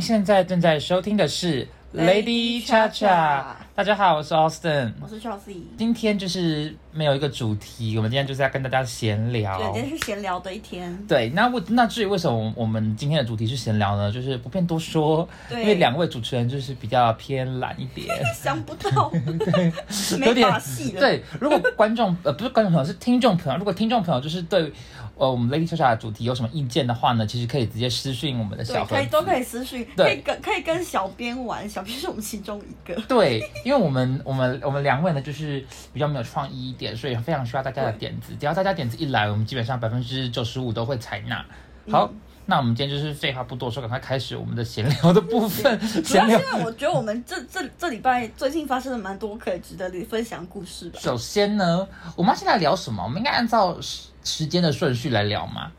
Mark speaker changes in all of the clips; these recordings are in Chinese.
Speaker 1: 现在正在收听的是 Lady
Speaker 2: Lady
Speaker 1: Cha
Speaker 2: Cha
Speaker 1: Cha
Speaker 2: Cha。
Speaker 1: 大家好，我是 Austin。
Speaker 2: 我是 Chelsea。
Speaker 1: 今天就是没有一个主题，我们今天就是要跟大家闲聊。
Speaker 2: 对，今天是闲聊的一天。
Speaker 1: 对，那为那至于为什么我们今天的主题是闲聊呢？就是不便多说，因
Speaker 2: 对
Speaker 1: 为两位主持人就是比较偏懒一点。
Speaker 2: 想不 到，
Speaker 1: 有
Speaker 2: 没
Speaker 1: 点
Speaker 2: 把戏了。，
Speaker 1: 对，如果观众 呃不是观众朋友是听众朋友，如果听众朋友就是对呃我们 Lady Cha Cha 的主题有什么意见的话呢，其实可以直接私讯我们的小
Speaker 2: 对，
Speaker 1: 盒
Speaker 2: 可以
Speaker 1: 子。
Speaker 2: 都可以私讯，
Speaker 1: 对
Speaker 2: 可以跟可以跟小编玩，小编是我们其中一 个。
Speaker 1: 对，因为我们我们我们两位呢，就是比较没有创意一点，所以非常需要大家的点子。只要大家点子一来，我们基本上百分之九十五都会采纳。
Speaker 2: 嗯
Speaker 1: 好，那我们今天就是废话不多说，赶快开始我们的闲聊的部分。
Speaker 2: 主要
Speaker 1: 闲
Speaker 2: 是
Speaker 1: 聊
Speaker 2: 因，为我觉得我们这这这礼拜最近发生了蛮多可以值得你分享的故事吧。
Speaker 1: 首先呢，我们要现在聊什么？我们应该按照时时间的顺序来聊嘛。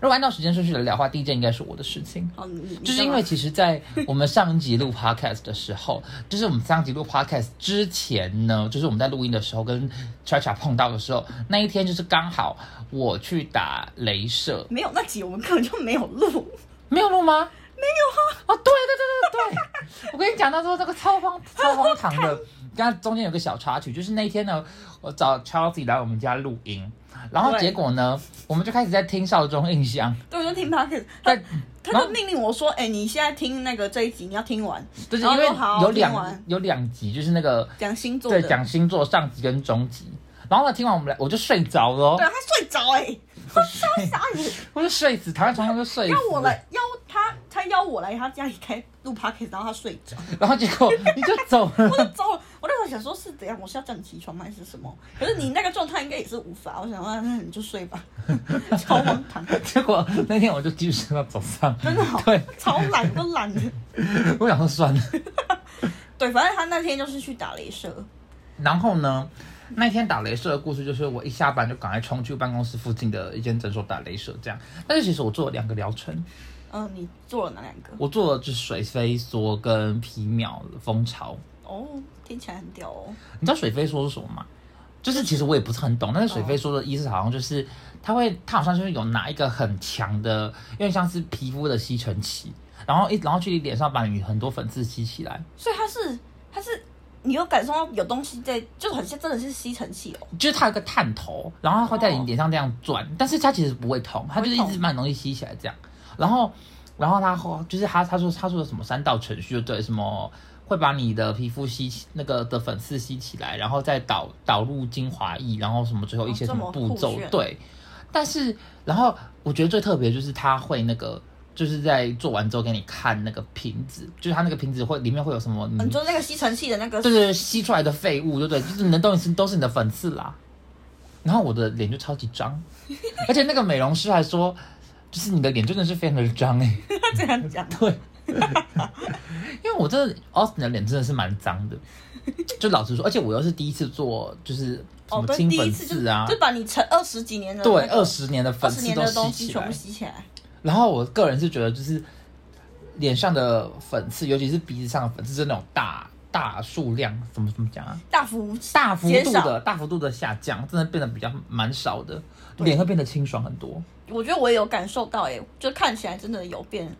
Speaker 1: 如果按照时间顺序来聊的话，第一件应该是我的事情。
Speaker 2: 好，哦你你
Speaker 1: 就是
Speaker 2: 干
Speaker 1: 因
Speaker 2: 嘛
Speaker 1: 为其实，在我们上一集录 podcast 的时候，就是我们上一集录 podcast 之前呢，就是我们在录音的时候跟 Cha Cha 碰到的时候，那一天就是刚好我去打镭射，
Speaker 2: 没有那集，我们根本就没有 录。
Speaker 1: 没有录吗？没有啊！哦，对对对对对，我跟你讲，那时候那个超荒超荒唐的，刚刚中间有个小插曲，就是那一天呢，我找 Chelsea 来我们家录音，然后
Speaker 2: 对
Speaker 1: 结果呢，我们就开始在听少中印象，
Speaker 2: 对，我就听 podcast，他
Speaker 1: 但
Speaker 2: 他
Speaker 1: 然
Speaker 2: 就
Speaker 1: 后
Speaker 2: 命令我说：“哎、你现在听那个这一集，你要听完，
Speaker 1: 就是
Speaker 2: 然
Speaker 1: 因
Speaker 2: 后
Speaker 1: 为
Speaker 2: 说好
Speaker 1: 有
Speaker 2: 听
Speaker 1: 两
Speaker 2: 完
Speaker 1: 有两集，就是那个
Speaker 2: 讲星座的。
Speaker 1: 对，”讲星座上集跟中集。然后呢，听完我们俩，我就睡着了哦
Speaker 2: 对，，他睡着 哎、他 超傻眼。
Speaker 1: 我就睡死，躺在床上就睡死。
Speaker 2: 要我来邀他，他邀我来他家里开录 podcast，然后他睡着，
Speaker 1: 然后结果你就走了。
Speaker 2: 我就走了。我那时候想说是怎样，我是要叫你起床吗，还是什么？可是你那个状态应该也是无法，我想说那你就睡吧， 超荒唐，
Speaker 1: 结果那天我就继续睡到早上，
Speaker 2: 真的哦好
Speaker 1: 对，
Speaker 2: 超懒都懒的。
Speaker 1: 我想说算了。
Speaker 2: 对，反正他那天就是去打镭射，
Speaker 1: 然后呢，那天打镭射的故事就是我一下班就赶快冲去办公室附近的一间诊所打镭射，这样。但是其实我做了两个疗程，
Speaker 2: 嗯、你做了哪两个？
Speaker 1: 我做了就是水飞梭跟皮秒蜂巢。
Speaker 2: 哦，听起来很屌哦。
Speaker 1: 你知道水飞梭是什么吗？就是其实我也不是很懂，但是水飞梭的意思好像就是它会，它好像就是有拿一个很强的，有点像是皮肤的吸尘器，然后一然后去你脸上把你很多粉刺吸起来，
Speaker 2: 所以他是他是，你有感受到有东西在，就很像真的是吸尘器哦。
Speaker 1: 就是它有个探头，然后它会在你
Speaker 2: 哦
Speaker 1: 脸上这样转，但是它其实不会痛，它就是
Speaker 2: 不
Speaker 1: 一
Speaker 2: 会痛
Speaker 1: 直把你东西吸起来这样，然后然后它后就是它他说他说什么三道程序就对什么。会把你的皮肤吸起那个的粉刺吸起来，然后再导导入精华液，然后什么最后一些
Speaker 2: 哦
Speaker 1: 什
Speaker 2: 这
Speaker 1: 么
Speaker 2: 么
Speaker 1: 步
Speaker 2: 酷
Speaker 1: 骤，
Speaker 2: 炫
Speaker 1: 对，但是，然后我觉得最特别就是他会那个，就是在做完之后给你看那个瓶子，就是他那个瓶子会里面会有什么，
Speaker 2: 嗯，
Speaker 1: 你
Speaker 2: 就是那个吸尘器的那个，
Speaker 1: 就是吸出来的废物，对不对？就是你的东西都是你的粉刺啦。然后我的脸就超级脏，而且那个美容师还说，就是你的脸真的是非常的脏哎、
Speaker 2: 他这样讲。
Speaker 1: 因为我真的 Austin 的脸真的是蛮脏的，就老实说，而且我又是第一次做，就是什
Speaker 2: 哦，
Speaker 1: 么
Speaker 2: 对，
Speaker 1: 清
Speaker 2: 第
Speaker 1: 粉
Speaker 2: 一次
Speaker 1: 刺
Speaker 2: 就
Speaker 1: 啊，
Speaker 2: 就把你成二十几年的
Speaker 1: 对，二
Speaker 2: 二
Speaker 1: 十年的粉
Speaker 2: 二十
Speaker 1: 刺
Speaker 2: 年
Speaker 1: 都
Speaker 2: 的
Speaker 1: 吸
Speaker 2: 东西
Speaker 1: 起
Speaker 2: 全
Speaker 1: 来
Speaker 2: 部。吸起来，
Speaker 1: 然后我个人是觉得，就是脸上的粉刺，尤其是鼻子上的粉刺，是那种大大数量，怎么怎么讲啊？
Speaker 2: 大幅
Speaker 1: 大幅
Speaker 2: 减
Speaker 1: 度
Speaker 2: 少。
Speaker 1: 的大幅度的下降，真的变得比较蛮少的，
Speaker 2: 对
Speaker 1: 脸会变得清爽很多，
Speaker 2: 我觉得我也有感受到、欸，哎，就看起来真的有变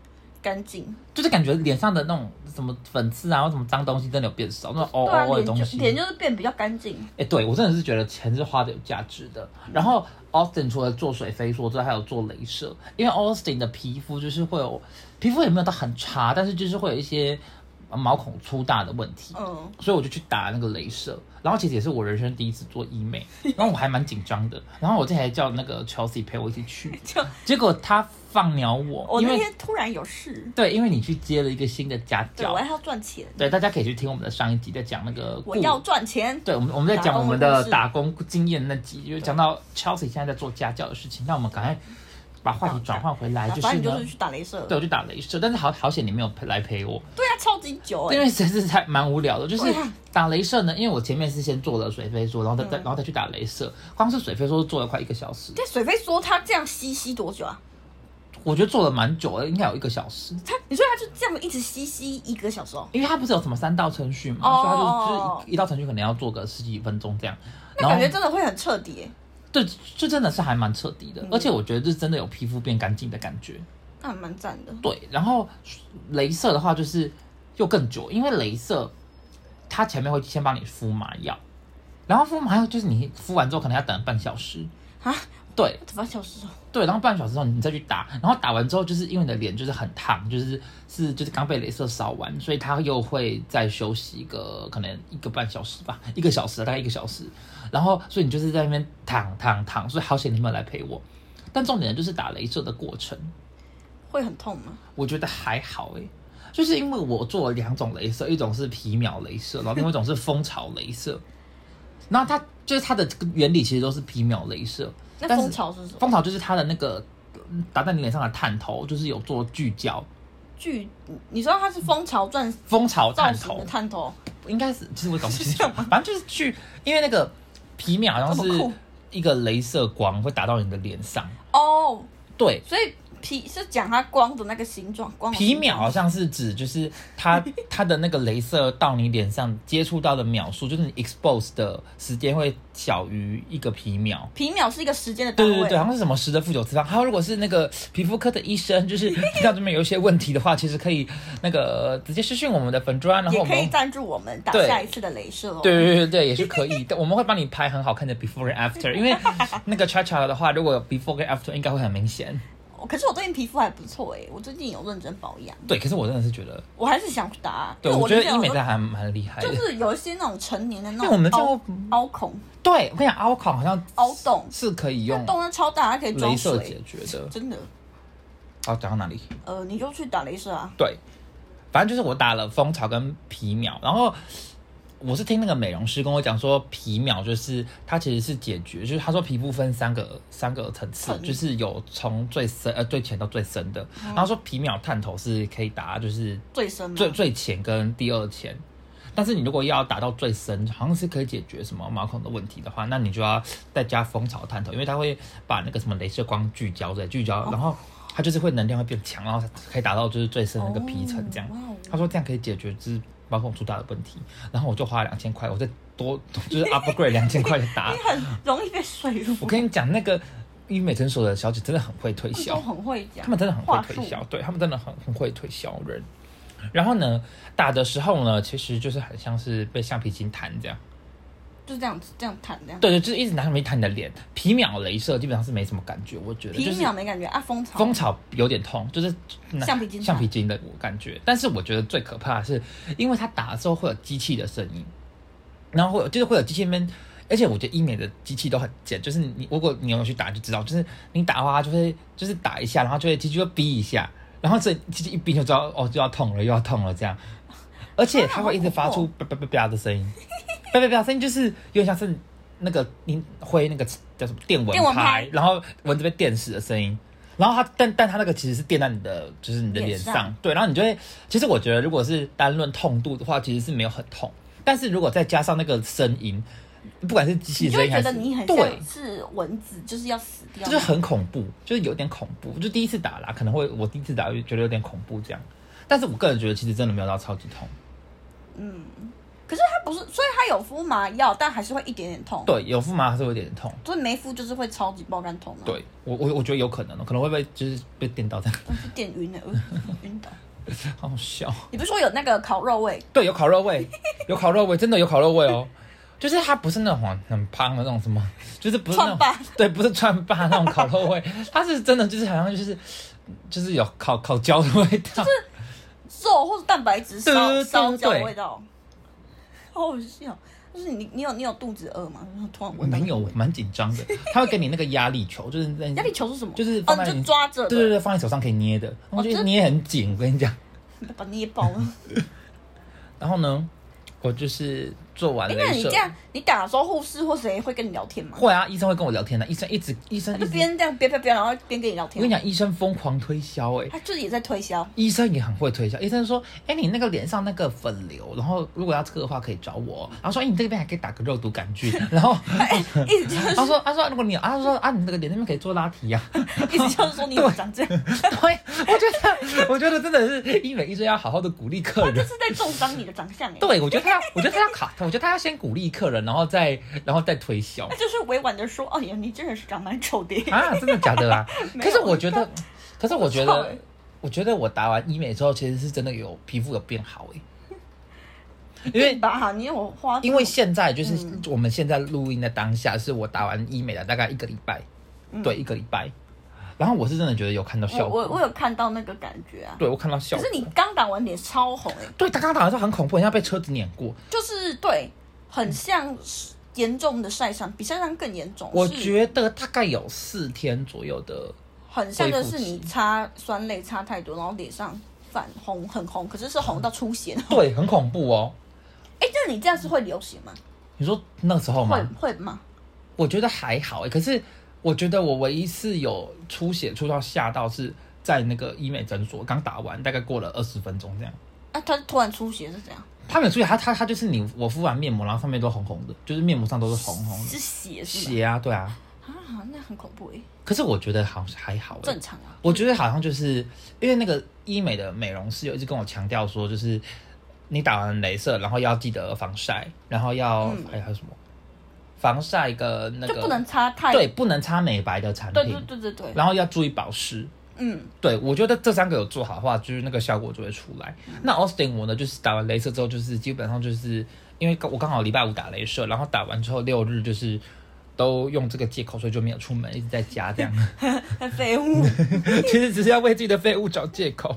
Speaker 2: 干净。
Speaker 1: 就是感觉脸上的那种什么粉刺啊，或什么脏东西，真的有变少，那种哦
Speaker 2: 对啊，
Speaker 1: 哦的
Speaker 2: 脸
Speaker 1: 东
Speaker 2: 就
Speaker 1: 西。
Speaker 2: 脸就是变比较干净。
Speaker 1: 哎、对我真的是觉得钱是花的有价值的。
Speaker 2: 嗯
Speaker 1: 然后 Austin 除了做水飞梭之外，还有做镭射，因为 Austin 的皮肤就是会有皮肤也没有到很差，但是就是会有一些呃毛孔粗大的问题，
Speaker 2: 嗯，
Speaker 1: 所以我就去打那个镭射。然后其实也是我人生第一次做医 美，然后我还蛮紧张的。然后我这还叫那个 Chelsea 陪我一起去，
Speaker 2: 就
Speaker 1: 结果他放鸟我，
Speaker 2: 我
Speaker 1: 因
Speaker 2: 哦
Speaker 1: 为
Speaker 2: 那天突然有事，
Speaker 1: 对，因为你去接了一个新的家
Speaker 2: 对
Speaker 1: 教
Speaker 2: 我，还要赚钱，
Speaker 1: 对，大家可以去听我们的上一集，在讲那个
Speaker 2: 我
Speaker 1: 顾
Speaker 2: 要赚钱。
Speaker 1: 对，我们我们在讲
Speaker 2: 打
Speaker 1: 我
Speaker 2: 工
Speaker 1: 们
Speaker 2: 的
Speaker 1: 的
Speaker 2: 故事
Speaker 1: 打工经验那集，就是讲到 Chelsea 现在在做家教的事情，那我们赶快把话题转换回来，
Speaker 2: 啊
Speaker 1: 就
Speaker 2: 反
Speaker 1: 是
Speaker 2: 正你
Speaker 1: 呢
Speaker 2: 就是，去打镭射，
Speaker 1: 对，我就打镭射，但是好好险你没有陪来陪我，
Speaker 2: 对啊，超级久哎、
Speaker 1: 因为实在是还蛮无聊的，就是
Speaker 2: 对啊嗯
Speaker 1: 打镭射呢，因为我前面是先做了水飞梭，然后再再然后再去打镭射，光是水飞梭做了快一个小时，
Speaker 2: 但水飞说他这样吸吸多久啊？
Speaker 1: 我觉得做了蛮久的，应该有一个小时。
Speaker 2: 他你说他就这样一直吸吸一个小时哦，
Speaker 1: 因为它不是有什么三道程序嘛，
Speaker 2: 哦
Speaker 1: 所以它
Speaker 2: 哦
Speaker 1: 就
Speaker 2: 哦
Speaker 1: 就是一一道程序可能要做个十几分钟这样。
Speaker 2: 那
Speaker 1: 然后
Speaker 2: 感觉真的会很彻底、欸。嗯
Speaker 1: 对，这真的是还蛮彻底的，而且我觉得这真的有皮肤变干净的感觉。
Speaker 2: 那还蛮赞的。
Speaker 1: 对，然后镭射的话就是又更久，因为镭射它前面会先帮你敷麻药，然后敷麻药就是你敷完之后可能要等半小时，
Speaker 2: 啊，
Speaker 1: 对
Speaker 2: 八小时哦，
Speaker 1: 对，然后半小时之后你再去打，然后打完之后就是因为你的脸就是很烫，就是是就是刚被镭射烧完，所以它又会再休息一个可能一个半小时吧，一个小时大概一个小时，然后所以你就是在那边躺躺躺，所以好险你们来陪我，但重点就是打镭射的过程。
Speaker 2: 会很痛吗？
Speaker 1: 我觉得还好诶、就是因为我做了两种镭射，一种是皮秒镭射，然后另外一种是蜂巢镭射。然后它就是它的原理其实都是皮秒镭射，
Speaker 2: 那
Speaker 1: 但是
Speaker 2: 蜂巢是什么？
Speaker 1: 蜂巢就是它的那个嗯打在你脸上的探头，就是有做聚焦。
Speaker 2: 巨，你知道它是蜂巢钻
Speaker 1: 蜂巢
Speaker 2: 造
Speaker 1: 探
Speaker 2: 型
Speaker 1: 头
Speaker 2: 的探头，
Speaker 1: 应该是，其实我也搞不清
Speaker 2: 是
Speaker 1: 楚
Speaker 2: 这样吗，
Speaker 1: 反正就是去，因为那个皮秒好像
Speaker 2: 这么
Speaker 1: 是
Speaker 2: 酷
Speaker 1: 一个镭射光会打到你的脸上，
Speaker 2: 哦，
Speaker 1: 对，
Speaker 2: 所以皮是讲它光的那个形状，光的
Speaker 1: 皮
Speaker 2: 形
Speaker 1: 秒
Speaker 2: 状
Speaker 1: 好像是指就是 它它的那个镭射到你脸上接触到的秒数，就是你 expose 的时间会小于一个皮秒。
Speaker 2: 皮秒是一个时间的单
Speaker 1: 对
Speaker 2: 位，
Speaker 1: 对对，好像是什么十的负九次方。还有，如果是那个皮肤科的医生，就是听到这边有一些问题的话，其实可以那个直接私讯我们的粉砖，然后
Speaker 2: 也
Speaker 1: 我
Speaker 2: 可以
Speaker 1: 们
Speaker 2: 赞助我们打
Speaker 1: 对
Speaker 2: 下一次的镭射哦。
Speaker 1: 对对对对，也是可以。但我们会帮你拍很好看的 before and after，因为那个 cha cha 的话，如果有 before 跟 after 应该会很明显。
Speaker 2: 哦，可是我最近皮肤还不错哎，我最近有认真保养，
Speaker 1: 对，可是我真的是觉得，
Speaker 2: 我还是想打。啊
Speaker 1: 对
Speaker 2: 因为
Speaker 1: 我觉得
Speaker 2: 之前
Speaker 1: 医美
Speaker 2: 有
Speaker 1: 在还蛮厉害的。
Speaker 2: 就是有一些那种成年的
Speaker 1: 因
Speaker 2: 那
Speaker 1: 为我
Speaker 2: 种
Speaker 1: 们
Speaker 2: 凹
Speaker 1: 就
Speaker 2: 凹孔、
Speaker 1: 对，我跟你讲，凹孔好像
Speaker 2: 凹洞，
Speaker 1: 是可以
Speaker 2: 那
Speaker 1: 用
Speaker 2: 洞那超大，它可以装
Speaker 1: 镭射解
Speaker 2: 水，
Speaker 1: 决的。
Speaker 2: 真的。
Speaker 1: 哦，讲到哪里？
Speaker 2: 呃，你就去打镭射啊，
Speaker 1: 对，反正就是我打了蜂巢跟皮秒，然后我是听那个美容师跟我讲说，皮秒就是它其实是解决，就是他说皮肤分三个三个层次，
Speaker 2: 层嗯
Speaker 1: 就是有从最深呃最浅到最深的，然后说皮秒探头是可以打就是
Speaker 2: 最深嘛啊
Speaker 1: 最最浅跟第二浅。但是你如果要打到最深，好像是可以解决什么毛孔的问题的话，那你就要再加蜂巢探头，因为它会把那个什么镭射光聚焦在聚焦，然后它就是会能量会变强，然后可以达到就是最深的那个皮层这样
Speaker 2: 哦。哇哦
Speaker 1: 他说这样可以解决就是毛孔粗大的问题，然后我就花了两千块，我再多 就是 upgrade 两千块的打。
Speaker 2: 很容易被水入。
Speaker 1: 我跟你讲，那个医美诊所的小姐真的很会推
Speaker 2: 你
Speaker 1: 销
Speaker 2: 都，很会讲，
Speaker 1: 他们真的很
Speaker 2: 话
Speaker 1: 会
Speaker 2: 术
Speaker 1: 推销，对他们真的很很会推销人。然后呢，打的时候呢，其实就是很像是被橡皮筋弹这样，
Speaker 2: 就是这样子，这样弹这样。
Speaker 1: 对对，就是一直拿橡皮筋弹你的脸。皮秒镭射基本上是没什么感觉，我觉得就
Speaker 2: 皮
Speaker 1: 是
Speaker 2: 秒没感觉啊，蜂巢
Speaker 1: 蜂巢有点痛，就是那
Speaker 2: 橡皮筋
Speaker 1: 橡皮筋的感觉。但是我觉得最可怕的是，因为它打的时候会有机器的声音，然后会有就是会有机器那边。而且我觉得医美的机器都很贱，就是你如果你有去打就知道，就是你打的话它就会就是打一下，然后就会机器就逼一下，然后这机器一逼就知道哦就要痛了又要痛了这样，而且它会一直发
Speaker 2: 啊
Speaker 1: 出叭叭叭叭的声音，叭叭叭声音就是有点像是那个你挥那个叫什么电蚊
Speaker 2: 电蚊
Speaker 1: 拍
Speaker 2: 拍，
Speaker 1: 然后蚊子被电死的声音。然后它，但但它那个其实是电在你的，就是你的脸
Speaker 2: 脸
Speaker 1: 上，
Speaker 2: 上
Speaker 1: 对。然后你就会，其实我觉得如果是单论痛度的话，其实是没有很痛，但是如果再加上那个声音，不管是机器
Speaker 2: 你
Speaker 1: 的
Speaker 2: 就
Speaker 1: 声
Speaker 2: 会
Speaker 1: 音
Speaker 2: 觉
Speaker 1: 还是
Speaker 2: 得你很
Speaker 1: 对，
Speaker 2: 像是蚊子，就是要死掉
Speaker 1: 这。就很恐怖，就是有点恐怖。就第一次打啦，可能会我第一次打觉得有点恐怖这样，但是我个人觉得其实真的没有到超级痛，
Speaker 2: 可是它不是，所以它有敷麻药，但还是会一点点痛。，
Speaker 1: 对，有敷麻还是会有点痛。
Speaker 2: 所以没敷就是会超级爆肝痛啊，，
Speaker 1: 对我我我觉得有可能哦，可能会被就是被电到这样，
Speaker 2: 是电哦晕的，呃晕倒。
Speaker 1: 好好笑。
Speaker 2: 你不是说有那个烤肉味？
Speaker 1: 对，有烤肉味，有烤肉味，真的有烤肉味哦。就是它不是那种很胖的那种什么，就是不是那
Speaker 2: 串
Speaker 1: 种
Speaker 2: 霸
Speaker 1: 对，不是川霸那种烤肉 味，它是真的就是好像就是就是有烤烤焦的味道。
Speaker 2: 肉或者蛋白质
Speaker 1: 对对
Speaker 2: 烧
Speaker 1: 对
Speaker 2: 烧
Speaker 1: 对
Speaker 2: 焦的
Speaker 1: 对
Speaker 2: 味道，好好笑。就是你你有你有肚子饿吗？然后突然
Speaker 1: 我
Speaker 2: 闻到
Speaker 1: 没有，我蛮紧张的。它会给你那个压力球，就是那
Speaker 2: 压力球是什么？
Speaker 1: 就是
Speaker 2: 哦，
Speaker 1: 放在
Speaker 2: 你
Speaker 1: 你
Speaker 2: 就抓着，
Speaker 1: 对对，对，放在手上可以捏的，我
Speaker 2: 哦
Speaker 1: 觉得
Speaker 2: 这
Speaker 1: 捏很紧，我跟你讲。
Speaker 2: 把它捏爆了。
Speaker 1: 然后呢，我就是做完
Speaker 2: 哎，
Speaker 1: 镭
Speaker 2: 那你
Speaker 1: 射
Speaker 2: 这，样，你打的时候，护士或谁会跟你聊天吗？
Speaker 1: 会啊，医生会跟我聊天的，医生一直医生
Speaker 2: 他
Speaker 1: 一
Speaker 2: 就
Speaker 1: 直，
Speaker 2: 边这样边边边，然后边跟你聊
Speaker 1: 我
Speaker 2: 天啊
Speaker 1: 跟你。讲，医生疯狂推销哎、
Speaker 2: 他就是也在推销，
Speaker 1: 医生也很会推销，医生说：“哎、你那个脸上那个粉瘤，然后如果要这个的话可以找我。”然后说：“哎、你这边还可以打个肉毒杆菌。” 然后
Speaker 2: 一直就 是
Speaker 1: 他说：“他说如果你有，啊他说啊你那个脸那边可以做拉提呀、啊。
Speaker 2: 一直就是说你怎么长这样，”
Speaker 1: 对，我觉得我觉得真的是医美医生要好好的鼓励客
Speaker 2: 就
Speaker 1: 人。
Speaker 2: 是在重伤你的长相哎。
Speaker 1: 对，我觉得他要，我觉得他要卡，我觉得他要先鼓励客人，然后再然后再推销
Speaker 2: 他就是委婉的说，哦，你你真的是长蛮丑的。
Speaker 1: 啊，真的假的啊？
Speaker 2: 没
Speaker 1: 可
Speaker 2: 有
Speaker 1: 是我觉得，可是我觉
Speaker 2: 我知道
Speaker 1: 得
Speaker 2: 欸
Speaker 1: 我觉得我打完医美之后，其实是真的有皮肤有变好 哎、因为
Speaker 2: 吧，你有花，
Speaker 1: 因为现在就是
Speaker 2: 嗯
Speaker 1: 我们现在录音的当下，是我打完医美的大概一个礼拜，对，一个礼拜。然后我是真的觉得有看到
Speaker 2: 我
Speaker 1: 效
Speaker 2: 嗯我
Speaker 1: 果，
Speaker 2: 我有看到那个感觉啊。
Speaker 1: 对我看到效
Speaker 2: 可
Speaker 1: 果。
Speaker 2: 是你刚打完脸超红哎、
Speaker 1: 对他刚打的时候很恐怖，很像被车子碾过。
Speaker 2: 就是对，
Speaker 1: 嗯
Speaker 2: 很像是严重的晒伤，比晒伤更严重。
Speaker 1: 我
Speaker 2: 是
Speaker 1: 觉得大概有四天左右的，
Speaker 2: 很像的是
Speaker 1: 恢
Speaker 2: 你
Speaker 1: 复期
Speaker 2: 擦酸类擦太多，然后脸上泛红，很红，可是是红到出 血。
Speaker 1: 对，很恐怖哦。
Speaker 2: 哎、那你这样是会流血吗？
Speaker 1: 你说那时候
Speaker 2: 会
Speaker 1: 吗？
Speaker 2: 会吗？
Speaker 1: 我觉得还好、欸，可是我觉得我唯一是有出血出到吓到是在那个医美诊所刚打完，大概过了二十分钟这样。
Speaker 2: 啊，他突然出血是怎样？
Speaker 1: 他没有出血，他他他就是你我敷完面膜，然后上面都红红的，就是面膜上都是红红的
Speaker 2: 是血是吗？
Speaker 1: 哦血啊，对啊。
Speaker 2: 啊，那很恐怖哎、
Speaker 1: 可是我觉得好像还好、欸，
Speaker 2: 正常啊。
Speaker 1: 我觉得好像就是因为那个医美的美容师有一直跟我强调说，就是你打完镭射，然后要记得防晒，然后要、哎
Speaker 2: 嗯
Speaker 1: 还有什么防晒跟那个
Speaker 2: 就不能擦太
Speaker 1: 对不能擦美白的产
Speaker 2: 对
Speaker 1: 品，
Speaker 2: 对对对对，
Speaker 1: 然后要注意保湿。
Speaker 2: 嗯，
Speaker 1: 对，我觉得这三个有做好的话，就是那个效果就会出来。那 Austin 我呢，就是打完镭射之后，就是基本上就是因为我刚好礼拜五打镭射，然后打完之后六日就是都用这个借口，所以就没有出门，一直在家 这样。
Speaker 2: 很废物。
Speaker 1: 其实只是要为自己的废物找借口。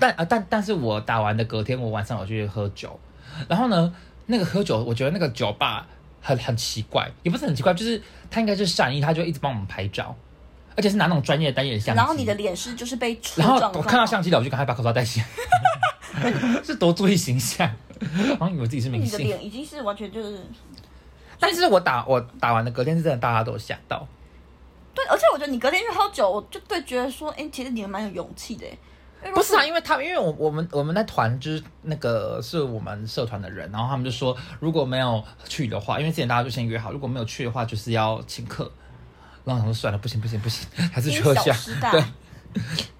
Speaker 1: 但啊，但但是我打完的隔天，我晚上有去喝酒，然后呢，那个喝酒，我觉得那个酒吧很很奇怪，也不是很奇怪，就是他应该是善意，他就一直帮我们拍照，而且是拿那种专业的单眼相机。
Speaker 2: 然后你的，脸是就是被戳
Speaker 1: 然后
Speaker 2: 撞到，
Speaker 1: 我看到相机了，我就赶快把口罩戴起来， 是多注意形象， 好像以为自己是明
Speaker 2: 你的
Speaker 1: 星。
Speaker 2: 脸已经是完全就是
Speaker 1: 但是我打我打完的隔天是真的，大家都有吓到。
Speaker 2: 对，而且我觉得你隔天去喝酒，我就对觉得说，哎、其实你还蛮有勇气的、欸。因为如
Speaker 1: 不
Speaker 2: 果
Speaker 1: 是啊，因为他们因为我我们我们那团就是那个是我们社团的人，然后他们就说如果没有去的话，因为之前大家就先约好，如果没有去的话就是要请客。然后我想说算了，不行不行不行，还是去喝
Speaker 2: 因
Speaker 1: 下
Speaker 2: 小失。大
Speaker 1: 对，